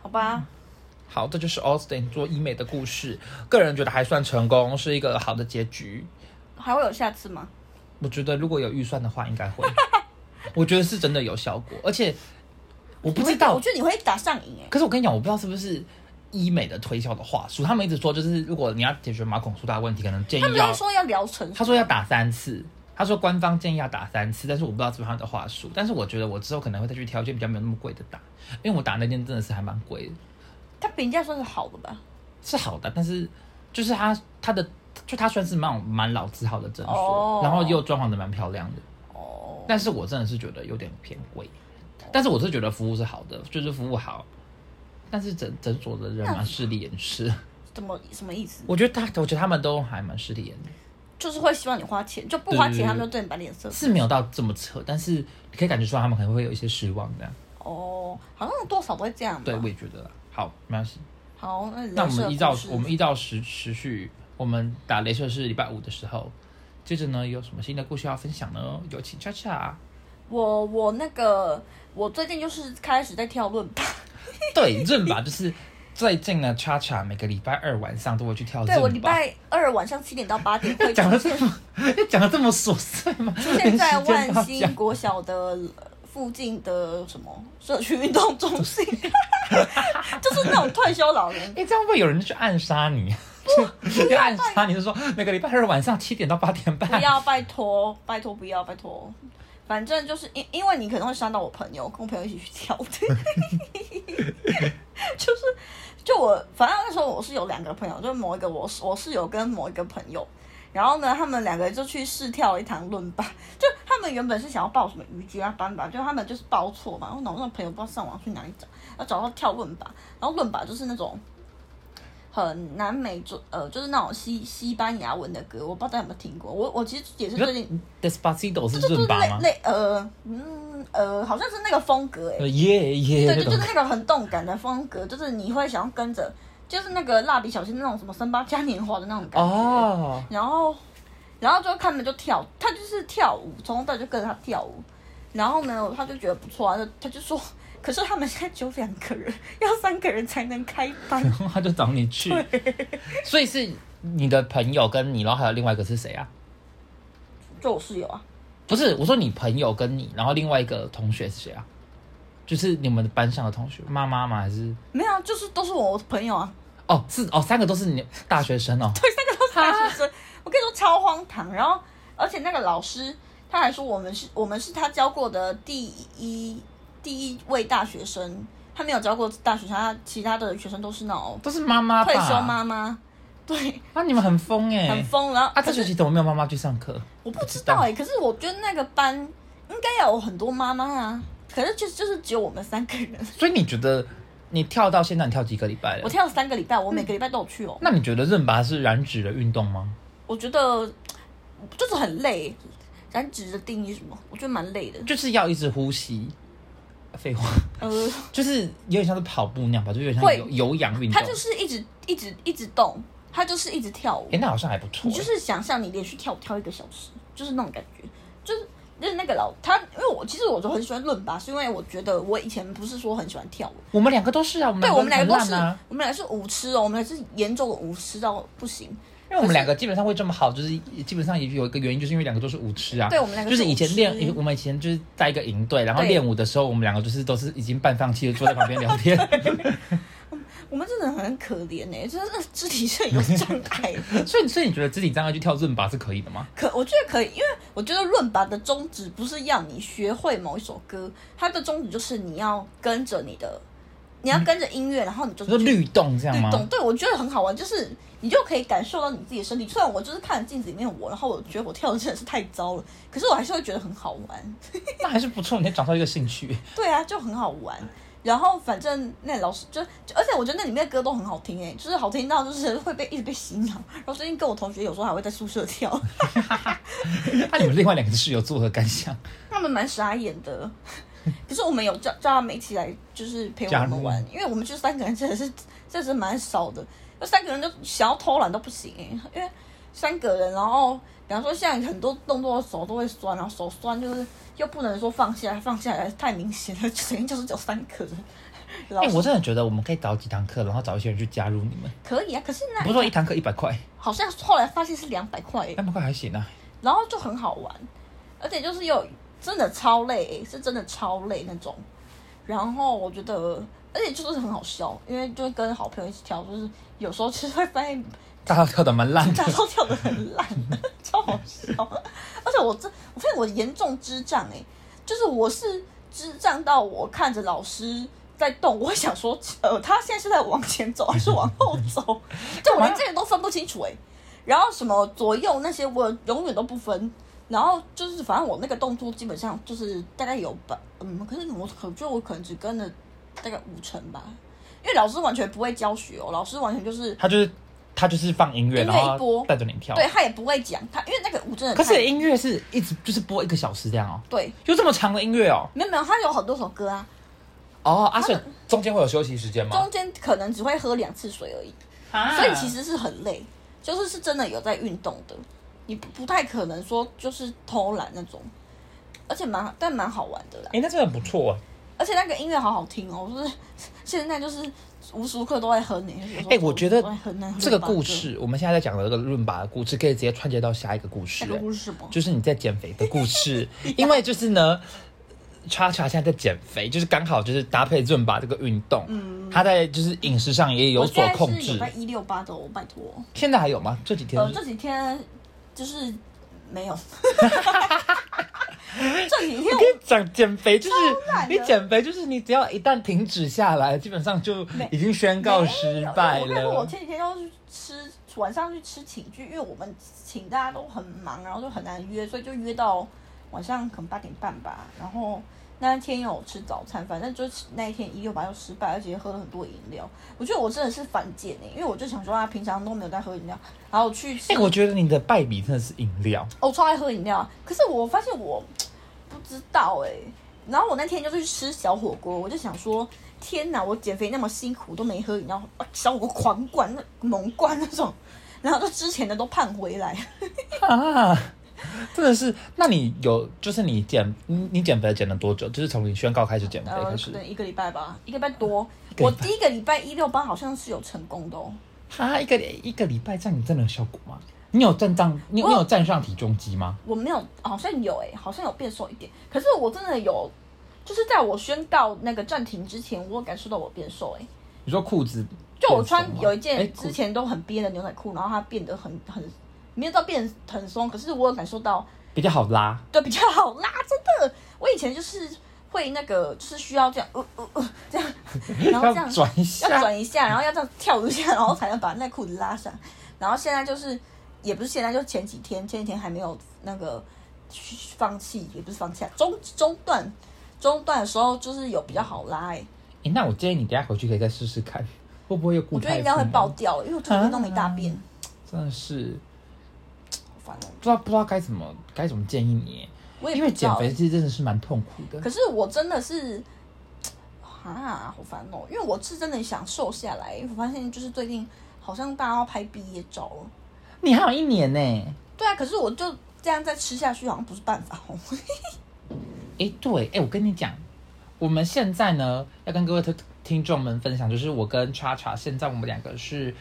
Speaker 2: 好吧，
Speaker 1: 好，这就是 Austin 做医美的故事，个人觉得还算成功，是一个好的结局。
Speaker 2: 还会有下次吗？
Speaker 1: 我觉得如果有预算的话，应该 会。我觉得是真的有效果，而且我不知
Speaker 2: 你会
Speaker 1: 道
Speaker 2: 我，觉得你会打上瘾哎、
Speaker 1: 可是我跟你讲，我不知道是不是医美的推销的话术，他们一直说就是如果你要解决毛孔粗大的问题，可能建
Speaker 2: 他们
Speaker 1: 议
Speaker 2: 都
Speaker 1: 要
Speaker 2: 说要疗程，
Speaker 1: 他说要打三次，他说官方建议要打三次，但是我不知道是不是他的话术，但是我觉得我之后可能会再去挑一件比较没有那么贵的打，因为我打那件真的是还蛮贵的，
Speaker 2: 他评价算是好的吧？
Speaker 1: 是好的，但是就是他他的就他算是蛮蛮老字号的诊所，
Speaker 2: 哦
Speaker 1: 然后又装潢的蛮漂亮的，
Speaker 2: 哦，
Speaker 1: 但是我真的是觉得有点偏贵，但是我是觉得服务是好的，就是服务好。但是诊诊所的人蛮势利眼是，
Speaker 2: 怎么什么意思？
Speaker 1: 我觉得他，我觉得他们都还蛮势利眼的，
Speaker 2: 就是会希望你花钱，就不花
Speaker 1: 对对
Speaker 2: 钱
Speaker 1: 对
Speaker 2: 他们就对你摆脸色。
Speaker 1: 是没有到这么扯，但是你可以感觉出来他们可能会有一些失望这样。
Speaker 2: 哦，好像多少都会这样吧。
Speaker 1: 对，我也觉得啦。好，没关系。
Speaker 2: 好，那
Speaker 1: 那我们依照我们
Speaker 2: 一
Speaker 1: 依照时时序，我们打镭射是礼拜五的时候。接着呢，有什么新的故事要分享呢？有请恰 恰。
Speaker 2: 我我那个我最近就是开始在跳论坛，
Speaker 1: 对，润吧，就是最近呢，恰恰每个礼拜二晚上都会去跳
Speaker 2: 对我
Speaker 1: 润
Speaker 2: 礼
Speaker 1: 吧。
Speaker 2: 拜二晚上七点到八点 会
Speaker 1: 讲的
Speaker 2: 出
Speaker 1: 这
Speaker 2: 现
Speaker 1: 么讲的这么琐碎吗？
Speaker 2: 出现在
Speaker 1: 连时间都
Speaker 2: 万
Speaker 1: 要
Speaker 2: 兴
Speaker 1: 讲
Speaker 2: 国小的呃附近的什么社区运动中心，就是那种退休老人。
Speaker 1: 哎、这样会不会有人去暗杀你？ 就暗杀你是说每个礼拜二晚上七点到八点
Speaker 2: 不
Speaker 1: 半？
Speaker 2: 要，拜托，拜托，不要，拜托。反正就是因因为你可能会伤到我朋友，跟我朋友一起去跳 的，就是就我反正那时候我是有两个朋友，就是某一个我我室友跟某一个朋友，然后呢他们两个就去试跳了一堂论吧， 就他们原本是想要报什么瑜伽班吧，就他们就是报错嘛，然后我那朋友不知道上网去哪里找，要找到跳论吧，然后论吧就是那种。很南美洲，呃，就是那种西西班牙文的歌，我不知道大家有没有听过。我我其实也是
Speaker 1: 你说
Speaker 2: 最近
Speaker 1: Despacito 是
Speaker 2: 就
Speaker 1: 润
Speaker 2: 是
Speaker 1: 吧
Speaker 2: 类
Speaker 1: 吗？
Speaker 2: 类呃嗯呃，好像是那个风格哎、
Speaker 1: 呃耶耶
Speaker 2: 对
Speaker 1: 那
Speaker 2: 对，就
Speaker 1: 种
Speaker 2: 是。那个很动感的风格，就是你会想要跟着，就是那个蜡笔小新那种什么森巴嘉年华的那种感觉。
Speaker 1: 哦，
Speaker 2: 然后，然后就他们就跳，他就是跳舞，从头到尾就跟着他跳舞。然后呢，他就觉得不错啊，就他就说，可是他们现在只有两个人，要三个人才能开 班。
Speaker 1: 然后他就找你去，所以是你的朋友跟你，然后还有另外一个是谁啊？
Speaker 2: 就我室友啊，
Speaker 1: 不是，我说你朋友跟你，然后另外一个同学是谁啊？就是你们班上的同学，妈妈吗？还是
Speaker 2: 没有啊，就是都是我朋友啊，
Speaker 1: 哦是哦，三个都是你大学生哦，
Speaker 2: 对，三个都是大学生，我跟你说超荒唐。然后，而且那个老师他还说我们是我们是他教过的第一第一位大学生，他没有教过大学生，他其他的学生都是那种
Speaker 1: 都是妈妈吧
Speaker 2: 退休妈妈，对，
Speaker 1: 啊，你们很疯哎、
Speaker 2: 很疯。然后
Speaker 1: 啊，这
Speaker 2: 可
Speaker 1: 学
Speaker 2: 是
Speaker 1: 期怎么没有妈妈去上课？
Speaker 2: 我不知道哎、可是我觉得那个班应该要有很多妈妈啊，可是就就是只有我们三个人，
Speaker 1: 所以你觉得你跳到现在，你跳几个礼拜了
Speaker 2: 我？跳了三个礼拜，我每个礼拜都有去哦。
Speaker 1: 那你觉得任拔是燃脂的运动吗？
Speaker 2: 我觉得就是很累。燃脂的定义是什么？我觉得蛮累的。
Speaker 1: 就是要一直呼吸。废话，
Speaker 2: 呃，
Speaker 1: 就是有点像是跑步那样吧，就有点像
Speaker 2: 会
Speaker 1: 有有氧运动。
Speaker 2: 他就是一直一直一直动，他就是一直跳舞
Speaker 1: 哎、。那好像还不错、
Speaker 2: 你就是想象你连续跳舞跳一个小时，就是那种感觉，就是。就是那个老他，因为我其实我就很喜欢伦巴，是因为我觉得我以前不是说很喜欢跳舞，
Speaker 1: 我们两个都是啊，我们
Speaker 2: 对我们
Speaker 1: 两
Speaker 2: 两个都
Speaker 1: 很
Speaker 2: 是，
Speaker 1: 烂啊，
Speaker 2: 我们俩是舞痴哦，我们俩是严重的舞痴到不行。
Speaker 1: 因为我们两个基本上会这么好，就是基本上也有一个原因，就是因为两个都是舞痴啊。
Speaker 2: 对我们两个
Speaker 1: 就是是以前练
Speaker 2: 舞痴，
Speaker 1: 我们以前就是在一个营队，然后
Speaker 2: 对
Speaker 1: 练舞的时候，我们两个就是都是已经半放弃的坐在旁边聊天。
Speaker 2: 我们真的很可怜呢、就是那肢体上有障碍。
Speaker 1: 所以，所以你觉得肢体障碍去跳润拔是可以的吗？
Speaker 2: 可我觉得可以，因为我觉得论拔的宗旨不是要你学会某一首歌，它的宗旨就是你要跟着你的，你要跟着音乐，然后你就
Speaker 1: 就是律动这样
Speaker 2: 对
Speaker 1: 吗？
Speaker 2: 懂对，我觉得很好玩，就是你就可以感受到你自己的身体。虽然我就是看镜子里面我，然后我觉得我跳的真的是太糟了，可是我还是会觉得很好玩。
Speaker 1: 那还是不错，你还找到一个兴趣。
Speaker 2: 对啊，就很好玩。然后反正那老师就，就而且我觉得那里面的歌都很好听哎、就是好听到就是会被一直被洗脑。然后最近跟我同学有时候还会在宿舍跳，
Speaker 1: 那、你们另外两个室友作何感想？
Speaker 2: 他们蛮傻眼的。可是我们有叫叫他们一起来，就是陪我们玩，因为我们就三个人真的是真的是蛮少的，那三个人就想要偷懒都不行、欸，因为三个人，然后比方说像很多动作手都会酸，然后手酸就是又不能说放下来，放下来太明显了，整天就是只有三个人。 老
Speaker 1: 哎、
Speaker 2: 师
Speaker 1: 我真的觉得我们可以找几堂课，然后找一些人去加入你们。
Speaker 2: 可以啊，可是那
Speaker 1: 不是说一堂课一百块，
Speaker 2: 好像后来发现是两百块欸，
Speaker 1: 两百块还行啊。
Speaker 2: 然后就很好玩，而且就是有真的超累欸、是真的超累那种。然后我觉得，而且就是很好笑，因为就是跟好朋友一起跳，就是有时候其实会发现
Speaker 1: 大家跳的蛮烂
Speaker 2: 大
Speaker 1: 的
Speaker 2: 家，都跳的很烂， 超好笑。而且我这，我发现我严重智障哎、就是我是智障到我看着老师。在动，我会想说，呃，他现在是在往前走还是往后走？就我连这个都分不清楚哎、然后什么左右那些，我永远都不分。然后就是，反正我那个动作基本上就是大概有吧，嗯，可是我可就我可能只跟了大概五成吧，因为老师完全不会教学哦，老师完全就是
Speaker 1: 他就是他就是放音乐，
Speaker 2: 音乐
Speaker 1: 然
Speaker 2: 一
Speaker 1: 后
Speaker 2: 播
Speaker 1: 带着你跳。
Speaker 2: 对他也不会讲，他因为那个舞真的
Speaker 1: 可
Speaker 2: 太，
Speaker 1: 是音乐是一直就是播一个小时这样哦，
Speaker 2: 对，
Speaker 1: 有这么长的音乐哦。
Speaker 2: 没有没有，他有很多首歌啊，
Speaker 1: 哦，阿水中间会有休息时间吗
Speaker 2: 中？间可能只会喝两次水而已，
Speaker 1: 哦啊
Speaker 2: 所以其实是很累，就是是真的有在运动的，你不不太可能说就是偷懒那种，而且蛮但蛮好玩的啦
Speaker 1: 哎、，那真的很不错哎。
Speaker 2: 而且那个音乐好好听哦，就是 现在就是无时无刻都在哼你，
Speaker 1: 哎、我觉得
Speaker 2: 都在哼那
Speaker 1: 这个故事，
Speaker 2: 嗯
Speaker 1: 我们现在在讲的这个润拔的故事，可以直接串接到下一个故事
Speaker 2: 那个
Speaker 1: 哎，
Speaker 2: 故事是什么？
Speaker 1: 就是你在减肥的故事。 因为就是呢，叉叉现在在减肥，就是刚好就是搭配润拔这个运动，嗯，他在就是饮食上也有所控
Speaker 2: 我现在是
Speaker 1: 制
Speaker 2: 有。在一六八的哦，拜托。
Speaker 1: 现在还有吗？这几天
Speaker 2: 呃，这几天就是没 有。这几天
Speaker 1: 我
Speaker 2: 我
Speaker 1: 跟你讲，减肥就是
Speaker 2: 超懒的
Speaker 1: 你减肥就是你只要一旦停止下来，基本上就已经宣告失败
Speaker 2: 我跟你说，我
Speaker 1: 了。
Speaker 2: 前几天要去吃，晚上去吃请剧，因为我们请大家都很忙，然后就很难约，所以就约到晚上可能八点半吧。然后那天有吃早餐，反正就是那一天一六八又失败，而且喝了很多饮料。我觉得我真的是犯贱哎、因为我就想说他平常都没有在喝饮料，然后去吃。
Speaker 1: 哎、我觉得你的败笔真的是饮料，
Speaker 2: 我超爱喝饮料啊，可是我发现我不知道哎、然后我那天就是去吃小火锅，我就想说，天哪，我减肥那么辛苦都没喝饮料，啊小火锅狂灌、那猛灌那种，然后就之前的都胖回来。
Speaker 1: 啊，真的是。那你有就是你减你你减肥减了多久？就是从你宣告开始减肥
Speaker 2: 呃，
Speaker 1: 开
Speaker 2: 可
Speaker 1: 始。嗯
Speaker 2: 能一个礼拜吧，一个礼拜多。
Speaker 1: 一个
Speaker 2: 我
Speaker 1: 礼拜
Speaker 2: 第一个礼拜一六八好像是有成功的哦，
Speaker 1: 啊哈，一个一个礼拜这样，你真的有效果吗？你有站上你
Speaker 2: 我
Speaker 1: 你有站上体重机吗？
Speaker 2: 欸我没有，好像有哎、好像有变瘦一点。可是我真的有，就是在我宣告那个暂停之前，我有感受到我变瘦、欸，哎，
Speaker 1: 你说裤子
Speaker 2: 就我穿
Speaker 1: 变松吗
Speaker 2: 有
Speaker 1: 哎
Speaker 2: 一件
Speaker 1: 裤
Speaker 2: 之前都很憋的牛仔裤，然后它变得很很没有到变很松，可是我有感受到
Speaker 1: 比较好拉，
Speaker 2: 对比较好拉，真的。我以前就是会那个，就是需要这样，呃呃呃，这样，然后
Speaker 1: 要
Speaker 2: 这样
Speaker 1: 转一
Speaker 2: 要
Speaker 1: 下，
Speaker 2: 转一下，然后要这样跳一下，然后才能把那裤子拉上。然后现在就是，也不是现在，就前几天，前几天还没有那个放弃，也不是放弃啊，中中断中断的时候就是有比较好拉、欸，
Speaker 1: 诶哎那我建议你等一下回去可以再试试看，会不会又固
Speaker 2: 我觉
Speaker 1: 态？
Speaker 2: 得应该会爆，掉，因为我最近都没
Speaker 1: 啊
Speaker 2: 大便，
Speaker 1: 真的是
Speaker 2: 好烦哦。
Speaker 1: 不知道不知道该怎么该怎么建议你耶，
Speaker 2: 我也
Speaker 1: 因
Speaker 2: 不
Speaker 1: 为
Speaker 2: 知
Speaker 1: 减
Speaker 2: 道欸
Speaker 1: 肥呃其实真的是蛮痛苦的
Speaker 2: 可。是我真的是，啊，好烦哦、因为我是真的想瘦下来，我发现就是最近好像大家要拍毕业照了。
Speaker 1: 你还有一年呢。
Speaker 2: 对啊，可是我就这样再吃下去，好像不是办法 哦。
Speaker 1: 诶，对，诶，我跟你讲，我们现在呢要跟各位听听众们分享，就是我跟叉叉现在我们两个是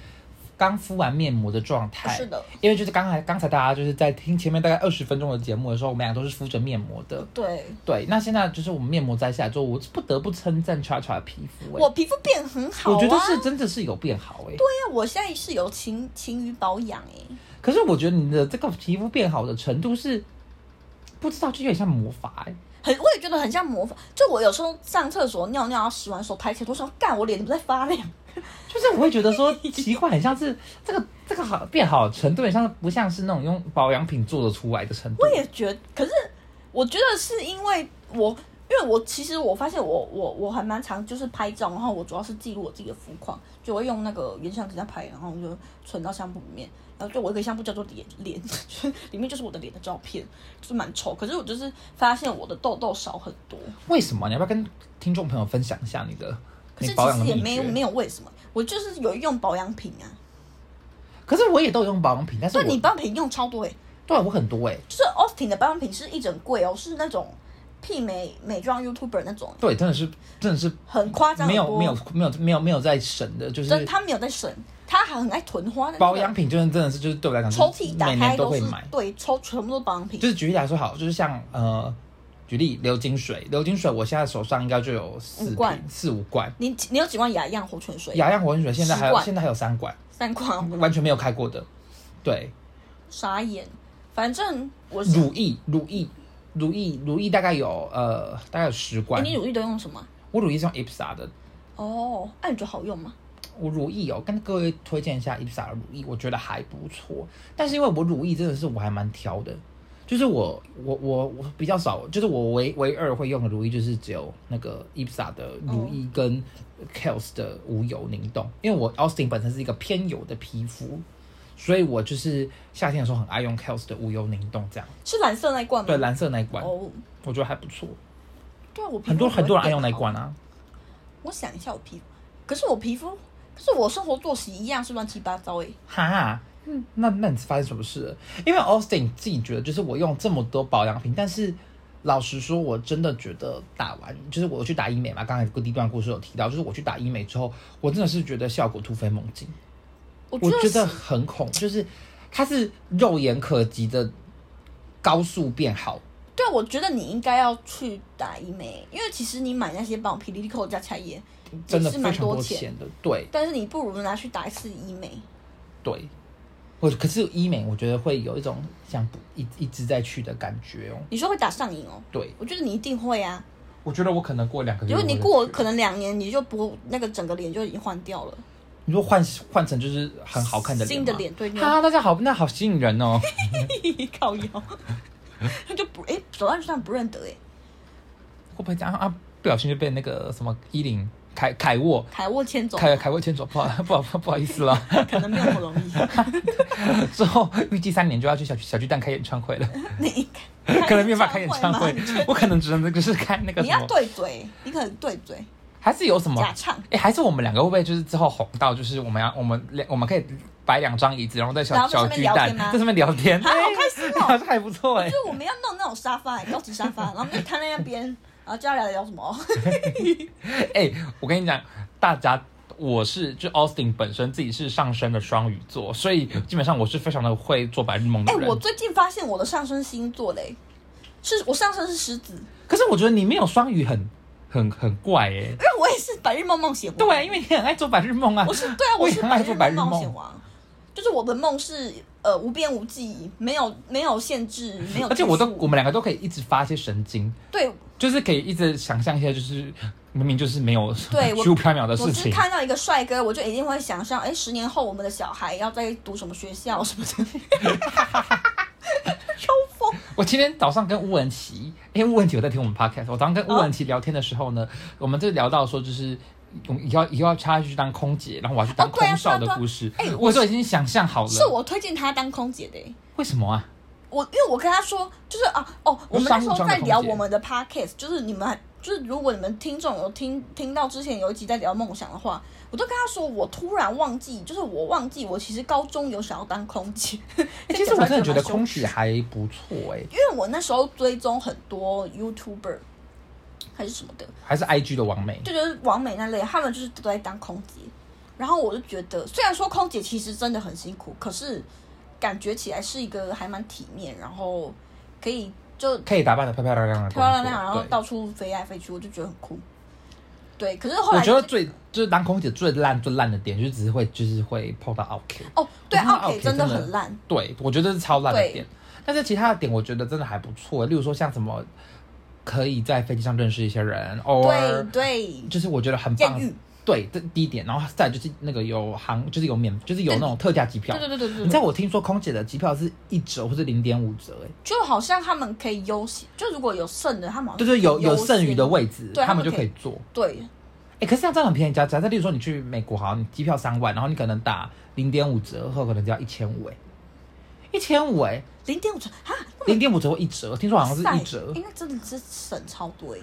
Speaker 1: 刚敷完面膜的状态。
Speaker 2: 是的，
Speaker 1: 因为就是刚才刚才大家就是在听前面大概二十分钟的节目的时候，我们俩都是敷着面膜的。
Speaker 2: 对，
Speaker 1: 对，那现在就是我们面膜摘下来之后，我不得不称赞叉叉的皮肤、欸，
Speaker 2: 我皮肤变很好、啊，
Speaker 1: 我觉得是真的是有变好哎、
Speaker 2: 对啊，我现在是有勤勤于保养哎、
Speaker 1: 可是我觉得你的这个皮肤变好的程度是不知道，就有点像魔法哎、
Speaker 2: 很，我也觉得很像魔法。就我有时候上厕所尿尿要洗完手抬起来，我想干，我脸怎么在发亮？
Speaker 1: 就是我会觉得说奇怪，很像是这个这个好变好的程度，很像不像是那种用保养品做的出来的程度
Speaker 2: 我。也觉得，可是我觉得是因为我，因为我其实我发现我我我还蛮常就是拍照，然后我主要是记录我自己的肤况，就我会用那个原相机在拍，然后我就存到相簿里面，然后就我有一个相簿叫做脸脸， 就是里面就是我的脸的照片，就是蛮丑，可是我就是发现我的痘痘少很多，
Speaker 1: 为什么？你要不要跟听众朋友分享一下你的
Speaker 2: 可
Speaker 1: 你
Speaker 2: 是
Speaker 1: 保
Speaker 2: 其
Speaker 1: 养
Speaker 2: 实
Speaker 1: 的
Speaker 2: 也
Speaker 1: 秘
Speaker 2: 没有没
Speaker 1: 诀？
Speaker 2: 有为什么，我就是有用保养品啊，
Speaker 1: 可是我也都有用保养品，但是我
Speaker 2: 对你保养品用超多诶、欸
Speaker 1: 对我很多哎、
Speaker 2: 就是 Austin 的保养品是一整柜哦，是那种媲美美妆 YouTuber 那种，
Speaker 1: 对，真的是真的是
Speaker 2: 很夸张，
Speaker 1: 没
Speaker 2: 很
Speaker 1: 有
Speaker 2: 多
Speaker 1: 没有没有没有没有在省的，就
Speaker 2: 真
Speaker 1: 是
Speaker 2: 他没有在省，他还很爱囤花。
Speaker 1: 保养品真的真的是就是对我来讲，
Speaker 2: 抽
Speaker 1: 就是
Speaker 2: 屉打
Speaker 1: 每
Speaker 2: 开
Speaker 1: 年都会
Speaker 2: 是
Speaker 1: 买。
Speaker 2: 对，抽全部都是保养品
Speaker 1: 就。是举例来说好，就是像呃，举例流金水，流金水我现在手上应该就有四
Speaker 2: 五
Speaker 1: 瓶
Speaker 2: 罐
Speaker 1: 四五罐，
Speaker 2: 你你有几罐雅漾活泉水？
Speaker 1: 雅漾活泉水现在还
Speaker 2: 十
Speaker 1: 有
Speaker 2: 罐
Speaker 1: 现在还有三罐，
Speaker 2: 三罐，
Speaker 1: 完全没有开过的。对，
Speaker 2: 傻眼。反正我是，
Speaker 1: 乳液乳液乳液乳液大概有呃大概有十
Speaker 2: 哎
Speaker 1: 罐，
Speaker 2: 你乳液都用什么？
Speaker 1: 我乳液是用 IPSA 的，
Speaker 2: 哦，哎，你觉得好用吗？
Speaker 1: 我乳液哦，跟各位推荐一下 IPSA 的乳液，我觉得还不错。但是因为我乳液真的是我还蛮挑的，就是我我我我比较少，就是我唯唯二会用的乳液就是只有那个 IPSA 的乳液跟 Kiehl's 的无油凝冻，因为我 Austin 本身是一个偏油的皮肤，所以我就是夏天的时候很爱用 Kiehl's 的无油凝冻这样。
Speaker 2: 是蓝色那一罐吗？
Speaker 1: 对，蓝色那一罐、
Speaker 2: 哦，
Speaker 1: 我觉得还不错，
Speaker 2: 对啊，我皮肤
Speaker 1: 很多
Speaker 2: 不会
Speaker 1: 很多人爱用那一
Speaker 2: 变好。
Speaker 1: 罐啊。
Speaker 2: 我想一下，我皮肤，可是我皮肤，可是我生活作息一样是乱七八糟哎。
Speaker 1: 哈，那那你是发生什么事了？因为 Austin 自己觉得，就是我用这么多保养品，但是老实说，我真的觉得打完，就是我去打医美嘛，刚才第一段故事有提到，就是我去打医美之后，我真的是觉得效果突飞猛进，
Speaker 2: 我
Speaker 1: 我觉
Speaker 2: 是
Speaker 1: 得很恐，就是它是肉眼可及的高速变好。
Speaker 2: 对啊，我觉得你应该要去打医美，因为其实你买那些保养品、力扣加起来也
Speaker 1: 真的
Speaker 2: 也是
Speaker 1: 非
Speaker 2: 蛮
Speaker 1: 常
Speaker 2: 多
Speaker 1: 钱的，对
Speaker 2: 但是你不如拿去打一次医美。
Speaker 1: 对。我可是医美，我觉得会有一种想一一直在去的感觉哦。
Speaker 2: 你说会打上瘾哦？
Speaker 1: 对，
Speaker 2: 我觉得你一定会啊！
Speaker 1: 我觉得我可能过两个月
Speaker 2: 如
Speaker 1: 我
Speaker 2: 果
Speaker 1: 会再去，
Speaker 2: 你过可能两年，你就不那个整个脸就已经换掉了，
Speaker 1: 你说换换成就是很好看的脸，
Speaker 2: 新的脸，对，你
Speaker 1: 哈，大家好，那好吸引人哦。
Speaker 2: 靠腰，他就不哎、手按上不认得哎、
Speaker 1: 会不会这样啊？不小心就被那个什么伊林凯凯沃
Speaker 2: 凯沃牵走，
Speaker 1: 凯凯沃牵走，不好不好不好意思了。
Speaker 2: 可能没有那么容 易。
Speaker 1: 之后预计三年就要去小巨小巨蛋开演唱会了，
Speaker 2: 你
Speaker 1: 可能没有办法开演唱会
Speaker 2: 你确，
Speaker 1: 我可能只能就是开那个
Speaker 2: 你
Speaker 1: 什
Speaker 2: 要
Speaker 1: 么，
Speaker 2: 对嘴，你可能对嘴
Speaker 1: 还是有什么
Speaker 2: 假唱，
Speaker 1: 哎、还是我们两个会不会就是之后红到，就是我们要我们两我们可以摆两张椅子，然后在
Speaker 2: 然
Speaker 1: 小
Speaker 2: 后在上
Speaker 1: 小
Speaker 2: 面
Speaker 1: 巨
Speaker 2: 聊
Speaker 1: 蛋
Speaker 2: 天吗
Speaker 1: 在上面聊天， 哎
Speaker 2: 好好开心哦
Speaker 1: 好像还不错哎、
Speaker 2: 就是我们要弄那种沙发、 高级沙发，然后我们就摊在那边，然后叫他聊聊什么。
Speaker 1: 哎、我跟你讲，大家，我是就 Austin 本身自己是上升的双鱼座，所以基本上我是非常的会做白日梦的
Speaker 2: 哎、
Speaker 1: 人。
Speaker 2: 我最近发现我的上升星座嘞，是我上身是狮子，因
Speaker 1: 可是我觉得你没有双鱼很很很怪哎、
Speaker 2: 为我也是白日梦冒险王。
Speaker 1: 对啊，因为你很爱做白日梦啊。
Speaker 2: 我是对啊，我
Speaker 1: 我
Speaker 2: 是
Speaker 1: 也很爱做白
Speaker 2: 日
Speaker 1: 日
Speaker 2: 梦冒
Speaker 1: 梦
Speaker 2: 险王，就是我的梦是呃无边无际，没有没有限制，没有
Speaker 1: 而
Speaker 2: 拘
Speaker 1: 且
Speaker 2: 束。
Speaker 1: 我都我们两个都可以一直发一些神经，
Speaker 2: 对
Speaker 1: 就是可以一直想象一些就是 明明就是没有
Speaker 2: 对我
Speaker 1: 虚无缥缈的
Speaker 2: 我
Speaker 1: 事
Speaker 2: 是
Speaker 1: 情。
Speaker 2: 看到一个帅哥，我就一定会想象，哎，十年后我们的小孩要在读什么学校什么的。抽风，
Speaker 1: 我今天早上跟乌文琪，因为乌文琪有在听我们 podcast，我早上跟乌文琪聊天的时候呢，我们就聊到说就是。我们以后以后他要去当空姐，然后我要去当
Speaker 2: 哦对啊
Speaker 1: 空少的
Speaker 2: 对啊对啊
Speaker 1: 故事，
Speaker 2: 哎
Speaker 1: 我都已经想象好了。
Speaker 2: 是我推荐他当空姐的、哎
Speaker 1: 为什么啊？
Speaker 2: 我因为我跟他说，就是啊哦，我
Speaker 1: 不是
Speaker 2: 们那时
Speaker 1: 商务
Speaker 2: 候
Speaker 1: 舱的
Speaker 2: 在聊
Speaker 1: 空姐
Speaker 2: 我们的 podcast，就是你们就是如果你们听众有听听到之前有一集在聊梦想的话，我都跟他说，我突然忘记，就是我忘记我其实高中有想要当空姐。
Speaker 1: 哎其实我真的觉得空
Speaker 2: 姐，
Speaker 1: 姐还不错哎、
Speaker 2: 因为我那时候追踪很多 YouTuber 还是什么的，
Speaker 1: 还是 IG 的完美。
Speaker 2: 就就是王美那类，他们就是都在当空姐。然后我就觉得，虽然说空姐其实真的很辛苦，可是感觉起来是一个还蛮体面，然后可以就
Speaker 1: 可以打扮的漂漂亮亮的工作，
Speaker 2: 漂漂亮亮，然后
Speaker 1: 对
Speaker 2: 到处飞来飞去，我就觉得很酷。对，可是后
Speaker 1: 我
Speaker 2: 来
Speaker 1: 觉
Speaker 2: 就
Speaker 1: 得
Speaker 2: 是
Speaker 1: 最就是当空姐最烂最烂的点，就是只是会就是会碰到 OK。
Speaker 2: 哦，对，
Speaker 1: 我看到
Speaker 2: 奥 K
Speaker 1: OK
Speaker 2: 真的
Speaker 1: 真的
Speaker 2: 很烂，
Speaker 1: 对，我觉得是超烂的
Speaker 2: 对
Speaker 1: 点。但是其他的点，我觉得真的还不错。例如说像什么，可以在飞机上认识一些人，偶
Speaker 2: 对
Speaker 1: 尔
Speaker 2: 对，
Speaker 1: 就是我觉得很棒
Speaker 2: 艳。遇，
Speaker 1: 对，这第一点，然后再来就是那个有航，就是有免，就是有那种特价机票
Speaker 2: 对。对对对
Speaker 1: 你
Speaker 2: 对
Speaker 1: 知道
Speaker 2: 对，
Speaker 1: 我听说空姐的机票是一折或是零点五折，哎，
Speaker 2: 就好像他们可以优先，就如果有剩的，他们好像
Speaker 1: 就是有有
Speaker 2: 优
Speaker 1: 剩余
Speaker 2: 先
Speaker 1: 的，位置，
Speaker 2: 哦对
Speaker 1: 他
Speaker 2: 他
Speaker 1: 们就
Speaker 2: 们可
Speaker 1: 可
Speaker 2: 以
Speaker 1: 以坐。
Speaker 2: 对
Speaker 1: 哎、可是这样真的很便宜。假假设，例如说你去美国，好，你机票三万，然后你可能打零点五折，或可能只要一千五，哎，一千五，哎，
Speaker 2: 零点五折啊，
Speaker 1: 零点五折或一折，听说好像是一折。
Speaker 2: 应该真的是省超多欸。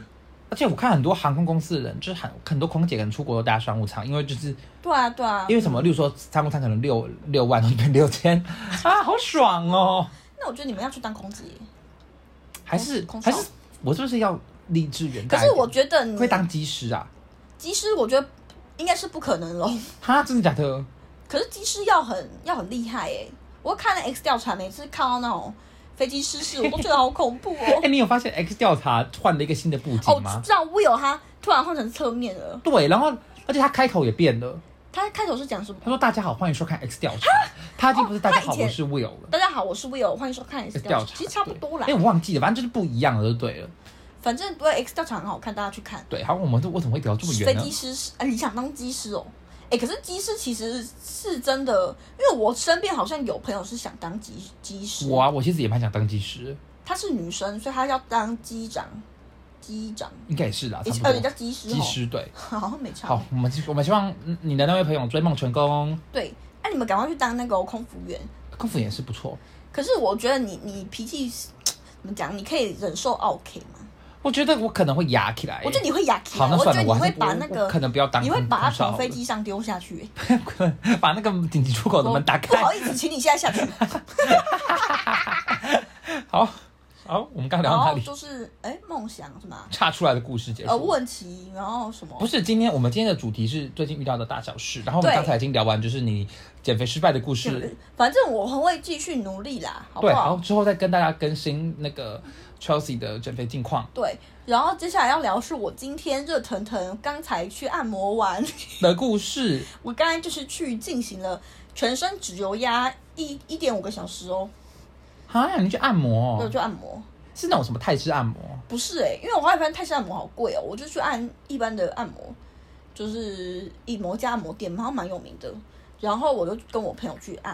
Speaker 1: 而且我看很多航空公司的人，就是很很多空姐跟出国都搭商务舱，因为就是
Speaker 2: 对啊对啊
Speaker 1: 因，为什么，例如说商务舱可能六六万，然后变六 千，啊，好爽哦！
Speaker 2: 那我觉得你们要去当空姐，
Speaker 1: 还是
Speaker 2: 空
Speaker 1: 还
Speaker 2: 少
Speaker 1: 是我是不是要立志远
Speaker 2: 可
Speaker 1: 大一
Speaker 2: 是
Speaker 1: 点？
Speaker 2: 我觉得你
Speaker 1: 会当机师啊？
Speaker 2: 机师，我觉得应该是不可能喽。
Speaker 1: 哈，真的假的？
Speaker 2: 可是机师要很要很厉害哎、我看了 X 调查，每次看到那种飞机失事，我都觉得好恐怖
Speaker 1: 哎、
Speaker 2: 哦。
Speaker 1: 你有发现 X 调查换了一个新的布
Speaker 2: 哦，
Speaker 1: 景吗？
Speaker 2: 我知道 Will 他突然换成侧面了，
Speaker 1: 对，然后而且他开口也变了。
Speaker 2: 他开头是讲什么？
Speaker 1: 他说：“大家好，欢迎收看 X 调查。”他已经不是大家好，
Speaker 2: 哦他以前
Speaker 1: 我是 Will 了。
Speaker 2: 大家好，我是 Will，欢迎收看 X 调
Speaker 1: 哎调
Speaker 2: 查。
Speaker 1: 查哎
Speaker 2: 其实差不多啦
Speaker 1: 因为，我忘记了，反正就是不一样了，就对了。
Speaker 2: 反正对 X 调查很好看，大家去看。
Speaker 1: 对，好，我们这为什么会聊这么
Speaker 2: 飞
Speaker 1: 远呢
Speaker 2: 机？失事，哎、你想当机师哦？哎、可是机师其实是真的，因为我身边好像有朋友是想当机机师，
Speaker 1: 我啊，我其实也蛮想当技师，
Speaker 2: 她是女生，所以她要当机长，机长，
Speaker 1: 应该也是啦，
Speaker 2: 也
Speaker 1: 啊差
Speaker 2: 是
Speaker 1: 不
Speaker 2: 呃，也叫
Speaker 1: 多。
Speaker 2: 机师哦，
Speaker 1: 技师对，
Speaker 2: 好像没差。
Speaker 1: 好，我们我们希望嗯你的那位朋友追梦成功，
Speaker 2: 对，那、你们赶快去当那个空服员。
Speaker 1: 空服也是不错。
Speaker 2: 可是我觉得你你脾气是怎么讲？你可以忍受 OK 吗？
Speaker 1: 我觉得我可能会压起来。
Speaker 2: 我觉得你会压起
Speaker 1: 哎好，
Speaker 2: 来，
Speaker 1: 那
Speaker 2: 我觉
Speaker 1: 算
Speaker 2: 得
Speaker 1: 了，
Speaker 2: 你
Speaker 1: 还
Speaker 2: 会
Speaker 1: 是不
Speaker 2: 把那
Speaker 1: 我
Speaker 2: 个
Speaker 1: 可能不要当
Speaker 2: 你
Speaker 1: 空
Speaker 2: 会
Speaker 1: 少了，
Speaker 2: 把它从飞机上丢下去、欸
Speaker 1: 把那个紧急出口的门打
Speaker 2: 不
Speaker 1: 开。
Speaker 2: 好意思，请你现 在下去。
Speaker 1: 好，好，我们刚聊
Speaker 2: 然
Speaker 1: 到哪
Speaker 2: 后
Speaker 1: 里？
Speaker 2: 就是哎，梦想是吗？
Speaker 1: 岔出来的故事结束。
Speaker 2: 呃，问题，然后什么？
Speaker 1: 不是，今天我们今天的主题是最近遇到的大小事，然后我们
Speaker 2: 对
Speaker 1: 刚才已经聊完，就是你减肥失败的故事。
Speaker 2: 反正我会继续努力啦，好不
Speaker 1: 对，然
Speaker 2: 好
Speaker 1: 后？之后再跟大家更新那个 Chelsea 的减肥近况
Speaker 2: 对，然后接下来要聊是我今天热腾腾刚才去按摩完，
Speaker 1: 的故事。
Speaker 2: 我刚才就是去进行了全身指油压一一点五个小时哦，
Speaker 1: 啊，你去按摩、
Speaker 2: 我
Speaker 1: 哦？
Speaker 2: 就按摩。
Speaker 1: 是那种什么泰式按摩？
Speaker 2: 不是哎、因为我后来发现泰式按摩好贵哦，我就去按一般的按摩，就是一摩加按摩店，好像蛮有名的。然后我就跟我朋友去按，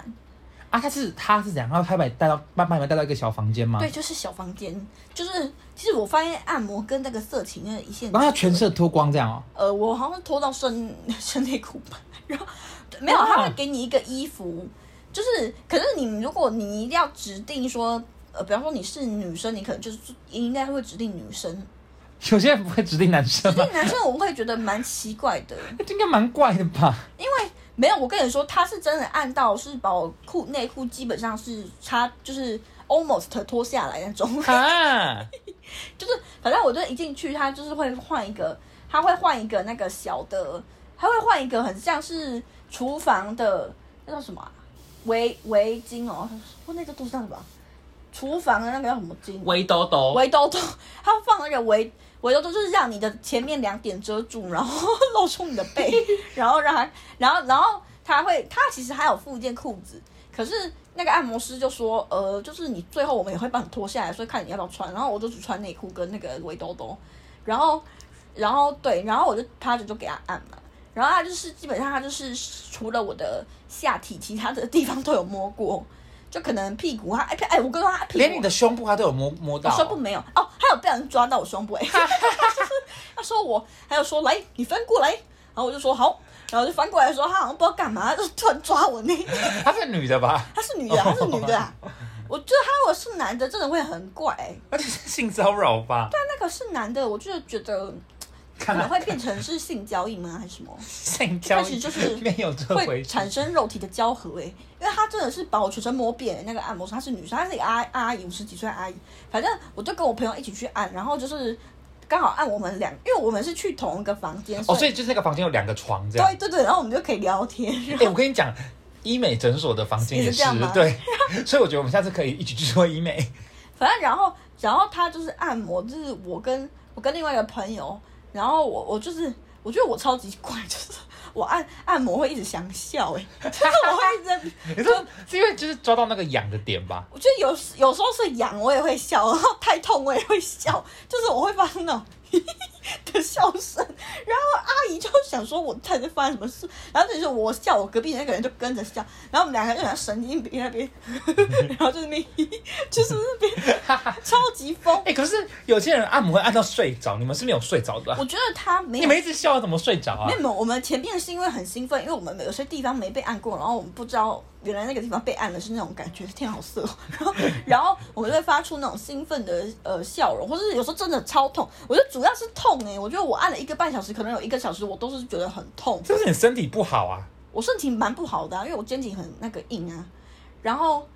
Speaker 1: 啊，他是他是怎样？然后他把你带到，把把你们带到一个小房间吗？
Speaker 2: 对，。就是小房间，就是其实我发现按摩跟那个色情那一线，
Speaker 1: 然后他全身脱光这样哦。
Speaker 2: 呃，我好像是脱到身 身内裤吧，然后对没有，
Speaker 1: 哇
Speaker 2: 他会给你一个衣服，就是可是你如果你一定要指定说，呃，比方说你是女生，你可能就是应该会指定女生，
Speaker 1: 有些人不会指定男生
Speaker 2: 指
Speaker 1: 吗？
Speaker 2: 定男生我会觉得蛮奇怪的。
Speaker 1: 这应该蛮怪的吧？
Speaker 2: 没有，我跟你说，他是真的按到是把我裤内裤基本上是擦，就是 almost 脱下来那种。
Speaker 1: 啊，
Speaker 2: 就是反正我就一进去，他就是会换一个，他会换一个那个小的，他会换一个很像是厨房的那叫什么、啊、围围巾哦，我那个东西叫什么啊？厨房的那个叫什么巾，
Speaker 1: 围兜兜，
Speaker 2: 围兜兜，它放那个围围兜兜，就是让你的前面两点遮住，然后露出你的背，然后让它，然后然后它会，它其实还有附一件裤子，可是那个按摩师就说，呃，就是你最后我们也会帮你脱下来，所以看你要不要穿，然后我就只穿内裤跟那个围兜兜，然后然后对，然后我就趴着就给他按嘛。然后他就是基本上他就是除了我的下体，其他的地方都有摸过，就可能屁股他哎哎，我跟他屁 股
Speaker 1: 连你的胸部他都有摸摸到
Speaker 2: 我，胸部没有哦，还有被人抓到我胸部、欸， 他说我，还有说来你翻过来，然后我就说好，然后就翻过来说他好像不知道干嘛，就突然抓我那，
Speaker 1: 她是女的吧？
Speaker 2: 他是女的，他是女的、啊，我觉得他如果是男的真的会很怪、欸，
Speaker 1: 而且是性骚扰吧？
Speaker 2: 但那个是男的，我就觉得可
Speaker 1: 看
Speaker 2: 能
Speaker 1: 来
Speaker 2: 会变成是性交易吗还是什么？
Speaker 1: 性交
Speaker 2: 但是就是
Speaker 1: 没有这
Speaker 2: 会
Speaker 1: 回事，
Speaker 2: 产生肉体的交合诶、因为她真的是把我全身摸遍、欸那个按摩师，她是女生，她是一个阿阿姨，五十几岁的阿姨。反正我就跟我朋友一起去按，然后就是刚好按我们两，因为我们是去同一个房间，
Speaker 1: 哦，
Speaker 2: 所
Speaker 1: 所以就是那个房间有两个床这样。
Speaker 2: 对对对，然后我们就可以聊天。
Speaker 1: 哎、我跟你讲，医美诊所的房间
Speaker 2: 也是
Speaker 1: 是
Speaker 2: 这样吗
Speaker 1: 对， 所以我觉得我们下次可以一起去做医美。
Speaker 2: 反正然后然后她就是按摩，就是我跟我跟另外一个朋友，然后我我就是我觉得我超级怪，就是我按按摩会一直想笑诶、 就是我会一直在。
Speaker 1: 你说是因为就是抓到那个痒的点吧？
Speaker 2: 我觉得有时有时候是痒，我也会笑，然后太痛我也会笑， 就是我会发生那种 的笑声，然后阿姨就想说我到底在发生什么事，然后这时候我笑，我隔壁那个人就跟着笑，然后我们两个就像神经病那边，然后就是那边 就是那边 超级疯
Speaker 1: 哎、，可是有些人按摩会按到睡着，你们是没有睡着的啊、
Speaker 2: 我觉得他没
Speaker 1: 你
Speaker 2: 有。
Speaker 1: 们一直笑，怎么睡着啊
Speaker 2: 没？有，没有我们前面是因为很兴奋，因为我们有些地方没被按过，然后我们不知道原来那个地方被按的是那种感觉，天好色、哦。 然后，然后我们就会发出那种兴奋的呃笑容，或是有时候真的超痛。我觉得主要是痛哎、我觉得我按了一个半小时，可能有一个小时我都是觉得很痛。
Speaker 1: 是不是你身体不好啊？
Speaker 2: 我身体蛮不好的、啊，因为我肩颈很那个硬啊。然后，